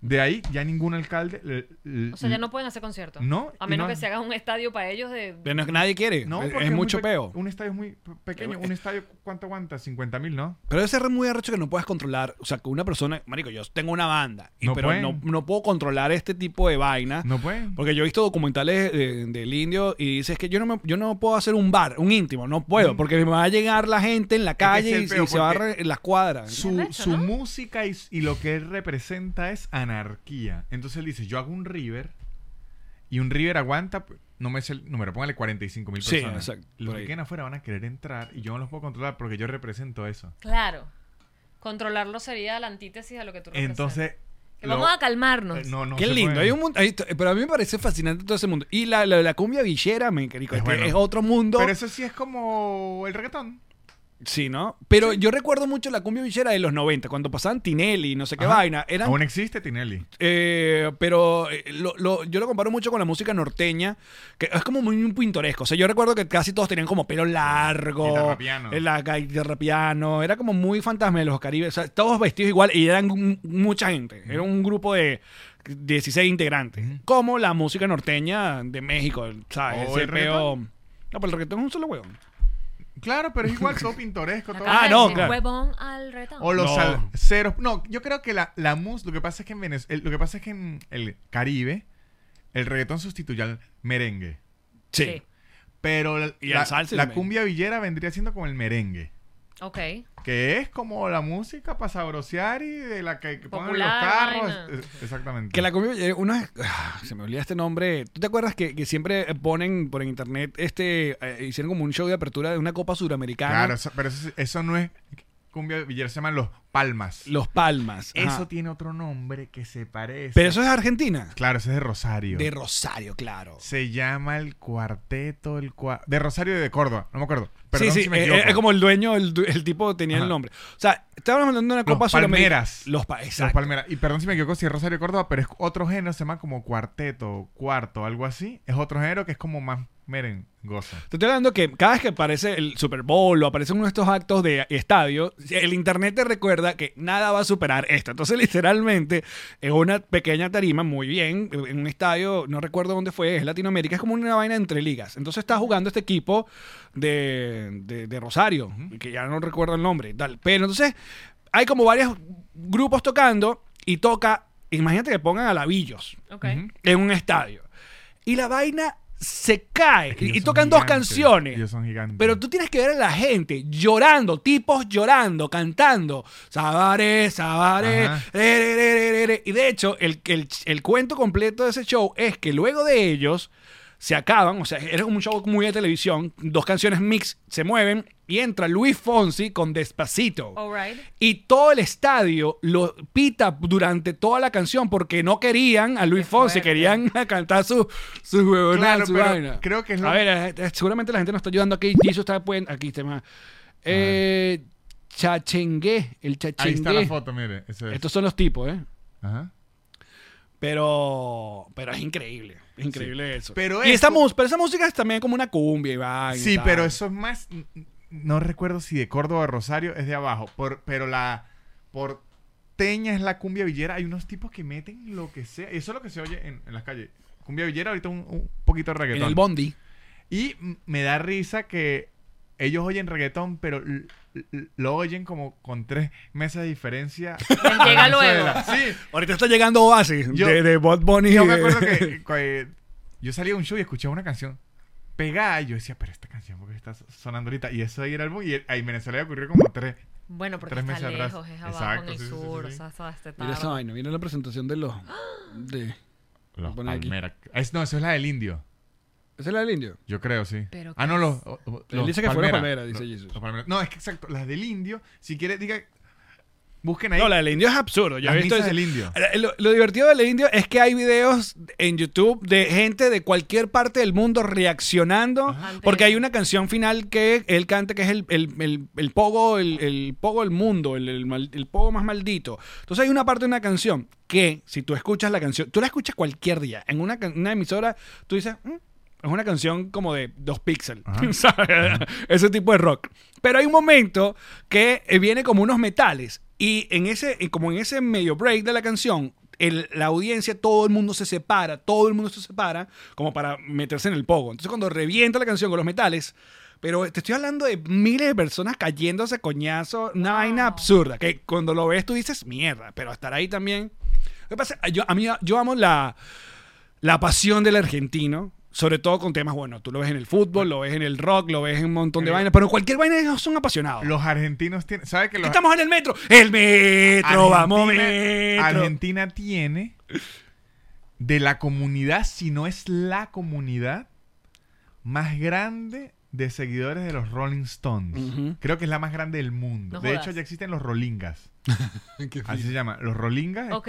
S6: De ahí ya ningún alcalde. le- le-
S4: O sea, ya no pueden hacer conciertos.
S6: No,
S4: A
S6: y
S4: menos
S6: no-
S4: que se haga un estadio para ellos de.
S3: Pero no- nadie quiere.
S6: No,
S3: es,
S6: porque
S3: es mucho
S6: muy pe-
S3: peo. Eh,
S6: Un estadio es muy pe- pequeño. Un estadio, ¿cuánto aguanta? 50 mil, ¿no?
S3: Pero debe ser muy arrecho que no puedas controlar. O sea, que una persona. Marico, yo tengo una banda. y-
S6: No
S3: pero
S6: pueden.
S3: no, no puedo controlar este tipo de vaina.
S6: No pueden.
S3: Porque yo he visto documentales eh, del indio y dices que yo no, me- yo no puedo hacer un bar, un íntimo, no puedo, porque me va a llegar la gente en la
S6: que
S3: calle
S6: ese es el
S3: y- y,
S6: peo,
S3: se va a
S6: porque
S3: re- en las cuadras.
S6: Su,
S4: arrecho,
S6: su
S4: ¿no?
S6: música y, s- y lo que él representa es anarquía. Entonces él dice: Yo hago un River y un River aguanta. p- No me es el número, póngale 45 mil
S3: Sí,
S6: personas.
S3: exacto,
S6: Los
S3: por
S6: que
S3: ahí.
S6: queden afuera van a querer entrar y yo no los puedo controlar porque yo represento eso.
S4: Claro. Controlarlo sería la antítesis a lo que tú representas.
S6: Entonces.
S4: Que
S6: lo-
S4: vamos a calmarnos.
S6: eh, no, no
S3: Qué
S6: se
S3: lindo,
S6: puede.
S3: hay un mundo, hay to- pero a mí me parece fascinante todo ese mundo. Y la, la, la cumbia villera, me marico,
S6: Es
S3: es, que
S6: bueno.
S3: es otro mundo.
S6: Pero eso sí es como el reggaetón.
S3: sí, ¿no? Pero yo recuerdo mucho la cumbia villera de los 90, cuando pasaban Tinelli, no sé qué
S6: Ajá.
S3: vaina. Eran
S6: Aún existe Tinelli.
S3: Eh, pero eh, lo- lo- yo lo comparo mucho con la música norteña, que es como muy pintoresco. O sea, yo recuerdo que casi todos tenían como pelo largo.
S6: Guitarra piano.
S3: eh, La ga- guitarra piano. Era como muy fantasma de los caribes. O sea, todos vestidos igual y eran un- mucha gente. Era un grupo de 16 integrantes. Como la música norteña de México, ¿sabes?
S6: ¿O
S3: Ese
S6: el
S3: peo-
S6: reggaetón?
S3: No, pero el reggaetón es un solo hueón.
S6: Claro, pero es igual todo pintoresco.
S4: La
S6: todo-
S4: cara
S3: Ah,
S4: de
S3: no,
S4: ese
S3: claro.
S4: huevón al retón.
S6: O los
S3: No.
S6: salseros. No, yo creo que la, la mus, lo que pasa es que en Venezuela, lo que pasa es que en el Caribe, el reggaetón sustituye al merengue.
S3: Sí.
S4: Sí.
S6: Pero la,
S3: Y al
S6: la-
S3: salsa
S6: la
S3: también.
S6: cumbia villera vendría siendo como el merengue.
S4: Ok.
S6: Que es como la música para sabrosear y de la que, que ponen los
S4: Popular,
S6: carros.
S4: vaina.
S6: Eh, Exactamente.
S3: Que la comida villera, uno es- ah, se me olvida este nombre. ¿Tú te acuerdas que, que siempre ponen por internet este eh, hicieron como un show de apertura de una copa suramericana?
S6: Claro, eso- pero eso, eso no es cumbia villera, se llaman los palmas.
S3: Los Palmas. ajá.
S6: Eso tiene otro nombre que se parece.
S3: Pero eso es Argentina.
S6: Claro, ese es de Rosario.
S3: De Rosario, claro.
S6: Se llama el cuarteto, el cua- de Rosario y de Córdoba, no me acuerdo. Perdón
S3: sí, sí,
S6: si me
S3: eh,
S6: equivoco.
S3: eh, es como el dueño, el, du- el tipo tenía el
S6: Ajá.
S3: nombre. O sea, estábamos hablando de una
S6: Los
S3: copa suramericana.
S6: Palmeras.
S3: Los pa-
S6: Los
S3: exacto.
S6: Palmeras. Y perdón si me equivoco, si es Rosario y Córdoba, pero es otro género, se llama como cuarteto, cuarto, algo así. Es otro género que es como más merengoso.
S3: Te estoy hablando que cada vez que aparece el Super Bowl o aparecen uno de estos actos de estadio, el internet te recuerda que nada va a superar esto. Entonces, literalmente, es una pequeña tarima, muy bien, en un estadio, no recuerdo dónde fue, es Latinoamérica, es como una vaina entre ligas. Entonces, está jugando este equipo de, de- de Rosario, que ya no recuerdo el nombre, y tal. Pero entonces, hay como varios grupos tocando y toca, imagínate que pongan a Lavillos
S4: Ok.
S3: en un estadio. Y la vaina se cae.
S6: Es que ellos
S3: y
S6: son
S3: tocan dos
S6: gigantes,
S3: canciones.
S6: ellos son gigantes.
S3: Pero tú tienes que ver a la gente llorando, tipos llorando, cantando. Sabaré, sabaré.
S6: Ajá.
S3: re, re, re, re, re, re. Y de hecho, el, el, el cuento completo de ese show es que luego de ellos se acaban, o sea, era un show muy de televisión, dos canciones mix se mueven y entra Luis Fonsi con Despacito.
S4: Alright.
S3: Y todo el estadio lo pita durante toda la canción porque no querían a Luis Fonsi,
S4: fuerte.
S3: querían cantar su, su huevonada,
S6: Claro,
S3: su
S6: pero
S3: vaina.
S6: creo que es lo-
S3: A ver, eh, eh, seguramente la gente nos está ayudando aquí. Jesus está pueden aquí tema. Eh, chachengue, el chachengue.
S6: Ahí está la foto, mire. Eso es.
S3: Estos son los tipos, ¿eh?
S6: Ajá.
S3: Pero, pero es increíble. Es increíble eso.
S6: Pero
S3: y esta
S6: esto-
S3: mus- pero esa música es también como una cumbia y vaina y
S6: Sí,
S3: tal.
S6: pero eso es más. n- n- No recuerdo si de Córdoba o Rosario es de abajo. Por, pero la porteña es la cumbia villera. Hay unos tipos que meten lo que sea. Eso es lo que se oye en, en las calles. Cumbia villera, ahorita un, un poquito de
S3: En
S6: reggaetón.
S3: el bondi.
S6: y m- me da risa que ellos oyen reggaetón, pero l- l- lo oyen como con tres meses de diferencia. a
S4: llega luego.
S6: Venezuela. Sí,
S3: Ahorita está llegando Oasis
S6: Yo-
S3: de, de Bad Bunny.
S6: yo me
S3: de-
S6: acuerdo que que yo salí a un show y escuchaba una canción pegada y yo decía, pero esta canción porque está sonando ahorita. Y eso ahí era el álbum y el- ahí en Venezuela ocurrió como tres.
S4: Bueno, porque
S6: Tres
S4: está
S6: meses atrás.
S4: lejos, es abajo en
S6: Exacto,
S4: el
S6: sí, sí, sí,
S4: sur,
S6: sí.
S4: o sea, toda esta
S3: Mira esa
S4: etapa.
S3: vaina, mira la presentación de los. De,
S6: Los
S3: pone aquí.
S6: Palmera- Es, no, eso es la del indio.
S3: ¿Esa es la del indio?
S6: Yo creo, sí.
S4: Pero
S6: ah,
S4: ¿qué
S6: no,
S4: es?
S6: los, o- o-
S3: Él
S6: los
S3: dice que fueron
S6: Palmera.
S3: Palmera, dice
S6: Los-
S3: Jesús.
S6: los Palmera. No, es que exacto. Las del indio, si quieres, diga. Busquen ahí.
S3: No, la del indio es absurdo. Yo he
S6: Las
S3: visto
S6: misas
S3: ese- Eh,
S6: del indio.
S3: Lo, lo divertido del indio es que hay videos en YouTube de gente de cualquier parte del mundo reaccionando. Porque hay una canción final que él canta que es el, el- el- el pogo, el, el pogo del mundo, el, el mal- el pogo más maldito. Entonces hay una parte de una canción que, si tú escuchas la canción, tú la escuchas cualquier día. En una, can- una emisora, tú dices. "Mm, es una canción como de dos píxeles, ¿sabes? Ese tipo de rock. Pero hay un momento que eh, viene como unos metales y en ese, y como en ese medio break de la canción, el- la audiencia, todo el mundo se separa, todo el mundo se separa como para meterse en el pogo. Entonces cuando revienta la canción con los metales, pero te estoy hablando de miles de personas cayéndose a coñazo, una vaina absurda, que cuando lo ves tú dices, mierda, pero estar ahí también... Lo que pasa, yo, a mí, yo amo la la pasión del argentino, sobre todo con temas, bueno, tú lo ves en el fútbol, lo ves en el rock, lo ves en un montón de vainas, pero en cualquier vaina ellos son apasionados.
S6: Los argentinos tienen. ¿Sabe que los
S3: Estamos en el metro, el metro,
S6: Argentina-
S3: vamos metro.
S6: Argentina tiene de la comunidad, si no es la comunidad más grande de seguidores de los Rolling Stones. Creo que es la más grande del mundo.
S4: No
S6: de hecho,
S4: jodas.
S6: ya existen los Rolingas. Así se llama, los Rolingas.
S4: Ok.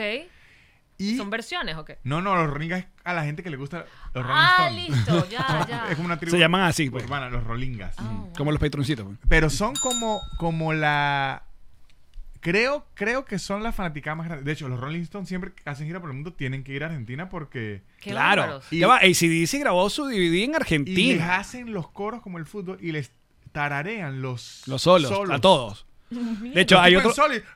S6: Y
S4: ¿Son versiones o qué?
S6: no, no, los Rolingas es a la gente que le gusta los Rolling
S4: Ah,
S6: Stones.
S4: listo, ya,
S6: Son-
S4: ya. Ah.
S6: Es como una tribu
S3: Se llaman así, pues.
S6: urbana, los Rolingas.
S3: Como los patroncitos. pues.
S6: Pero son como, como la. Creo, creo que son las fanaticadas más grandes. De hecho, los Rolling Stones siempre que hacen gira por el mundo tienen que ir a Argentina porque.
S4: Qué
S3: claro.
S4: bárbaros.
S6: Y-
S3: Ya va, ACDC grabó su DVD en
S6: Y les
S3: Argentina.
S6: hacen los coros como el fútbol y les tararean los.
S3: Los solos, a todos. De hecho, hay otro,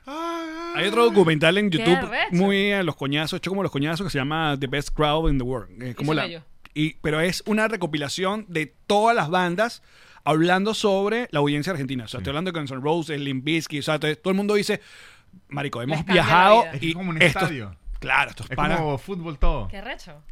S6: "Ah".
S3: hay otro documental en
S4: Qué
S3: YouTube
S4: arrecho.
S3: muy a los coñazos, hecho como los coñazos, que se llama The Best Crowd in the World. Eh, como
S4: soy
S3: la-
S4: yo.
S3: y- pero es una recopilación de todas las bandas hablando sobre la audiencia argentina. O sea,
S6: Mm.
S3: estoy hablando de Guns N' Roses, Limp Bizkit, o sea, todo, todo el mundo dice, marico, hemos
S4: Les cambia la
S3: viajado
S4: vida.
S6: Es que
S3: y
S6: es como un
S3: estos-
S6: estadio.
S3: Claro, estos
S6: Es
S3: panas.
S6: como fútbol todo.
S4: Qué recho.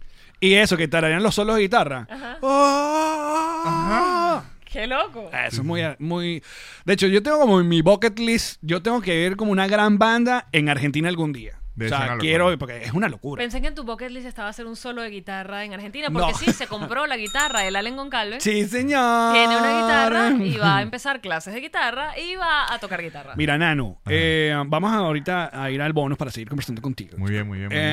S3: Y eso, que tararean los solos de guitarra. ¡Oh!
S4: Qué loco.
S3: Ah, Eso es muy, muy... De hecho, yo tengo como en mi bucket list, yo tengo que ver como una gran banda en Argentina algún día.
S6: Debe
S3: o sea,
S6: ser una locura.
S3: quiero, porque es una locura.
S4: Pensé que en tu bucket list estaba hacer un solo de guitarra en Argentina, porque
S3: No.
S4: sí, se compró la guitarra del Allen Goncalves.
S3: Sí, señor.
S4: Tiene una guitarra y va a empezar clases de guitarra y va a tocar guitarra.
S3: Mira, Nano, eh, vamos ahorita a ir al bonus para seguir conversando contigo.
S6: Muy bien, muy bien. muy bien.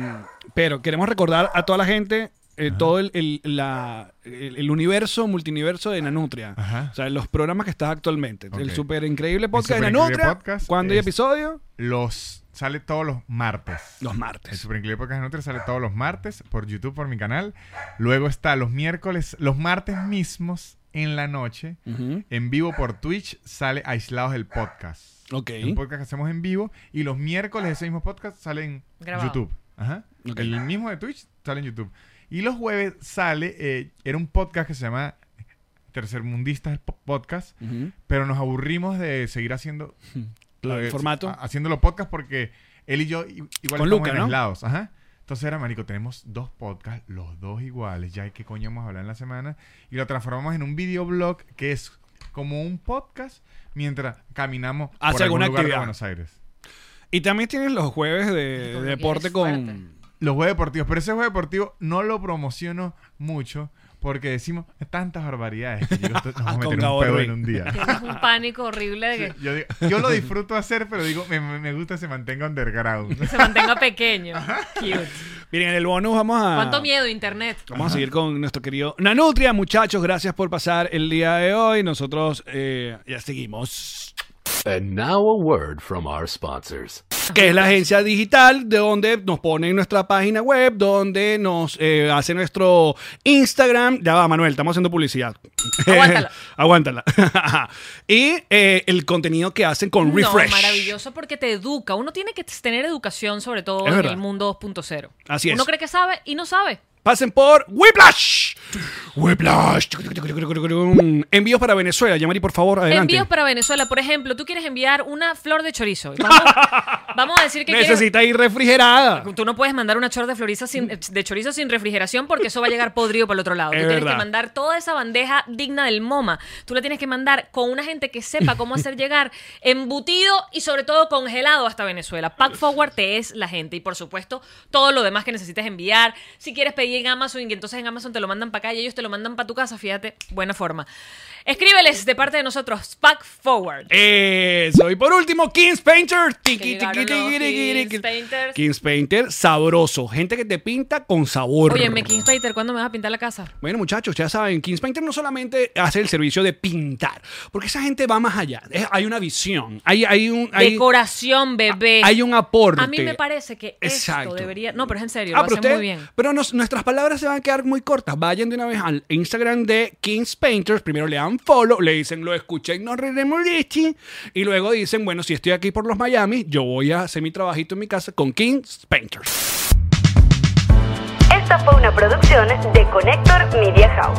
S3: Em, pero queremos recordar a toda la gente eh, todo el, el- la- el- el universo, multiniverso de Nanutria.
S6: Ajá.
S3: O sea, los programas que estás actualmente. El
S6: Ok.
S3: super increíble podcast de
S6: superincreíble
S3: Nanutria.
S6: podcast
S3: ¿Cuándo hay
S6: es-
S3: episodio?
S6: Los. Sale todos los martes.
S3: Los
S6: El
S3: martes.
S6: Super Increíble Podcast de Nutria sale todos los martes por YouTube, por mi canal. Luego está los miércoles, los martes mismos en la noche,
S3: Ujú.
S6: en vivo por Twitch, sale Aislados el Podcast.
S3: Ok.
S6: Un podcast que hacemos en vivo. Y los miércoles ese mismo podcast sale en
S4: Grabado.
S6: YouTube. Ajá.
S3: Ok.
S6: El mismo de Twitch sale en YouTube. Y los jueves sale, eh, era un podcast que se llama Tercermundistas el po- Podcast,
S3: Ujú.
S6: pero nos aburrimos de seguir haciendo
S3: Lo del
S6: eh,
S3: formato.
S6: ha- haciéndolo podcast porque él y yo i- igual
S3: Con
S6: estamos
S3: Luca, ¿no?
S6: aislados. Ajá. Entonces era, marico, tenemos dos podcasts, los dos iguales, ya hay que coño vamos a hablar en la semana, y lo transformamos en un videoblog que es como un podcast mientras caminamos
S3: Hace
S6: por algún
S3: alguna
S6: lugar de
S3: actividad.
S6: Buenos Aires.
S3: Y también tienes los jueves de,
S4: Como
S3: de
S4: que
S3: deporte
S4: eres
S3: con,
S6: los juegos deportivos. Pero ese juego deportivo no lo promociono mucho porque decimos tantas barbaridades que digo, "Esto- nos vamos a
S3: Con
S6: meter un
S3: Gabo
S6: pedo
S3: Ruiz.
S6: en un día.
S4: Tienes un pánico horrible de que
S6: Sí, Yo, digo- yo lo disfruto hacer, pero digo, me, me- me gusta que se mantenga underground.
S4: se mantenga pequeño. Cute.
S3: Miren, en el bonus vamos a.
S4: ¿Cuánto miedo, internet?
S3: Vamos a seguir con nuestro querido Nanutria, muchachos. Gracias por pasar el día de hoy. Nosotros eh, ya seguimos.
S7: And now a word from our sponsors.
S3: Que es la agencia digital, de donde nos ponen nuestra página web, donde nos eh, hace nuestro Instagram. Ya va, Manuel, estamos haciendo publicidad.
S4: Aguántala.
S3: Aguántala. y eh, el contenido que hacen con Refresh.
S4: No, maravilloso porque te educa. Uno tiene que tener educación, sobre todo
S3: Es
S4: en
S3: verdad.
S4: el mundo 2.0.
S3: Así es.
S4: Uno cree que sabe y no sabe.
S3: Pasen por Whiplash. Whiplash. Envíos para Venezuela. Yamari, por favor, adelante.
S4: Envíos para Venezuela, por ejemplo, tú quieres enviar una flor de chorizo. Vamos, vamos a decir que quieres-
S3: Necesita ir refrigerada.
S4: Tú no puedes mandar una chor de, floriza sin- de chorizo sin refrigeración porque eso va a llegar podrido para el otro lado.
S3: Es
S4: tú tienes
S3: verdad.
S4: que mandar toda esa bandeja digna del MoMA. Tú la tienes que mandar con una gente que sepa cómo hacer llegar embutido y sobre todo congelado hasta Venezuela. Pack Forward te es la gente. Y por supuesto, todo lo demás que necesites enviar. Si quieres pedir en Amazon y entonces en Amazon te lo mandan para acá y ellos te lo mandan para tu casa, fíjate, buena forma. Escríbeles de parte de nosotros, Pack Forward.
S3: Eso. Y por último, Kings Painter. Tiqui,
S4: llegaron
S3: tiqui,
S4: los
S3: tiqui, tiqui, tiqui.
S4: Kings Painters.
S3: Kings Painter, sabroso. Gente que te pinta con sabor.
S4: Oye, me Painter, ¿cuándo me vas a pintar la casa?
S3: Bueno, muchachos, ya saben, Kings Painter no solamente hace el servicio de pintar, porque esa gente va más allá. Es- hay una visión. Hay, hay un. hay-
S4: Decoración, bebé.
S3: hay un aporte.
S4: A mí me parece que
S3: Exacto.
S4: esto debería. No, pero es en serio,
S3: Ah,
S4: lo
S3: pero
S4: hacen
S3: usted-
S4: muy bien.
S3: Pero nos- nuestras palabras se van a quedar muy cortas. Vayan de una vez al Instagram de Kings Painters. Primero le dan follow, le dicen lo escuché y nos reiremos de ti". Y luego dicen, bueno, si estoy aquí por los Miami, yo voy a hacer mi trabajito en mi casa con Kings Painters.
S5: Esta fue una producción de Connector Media House.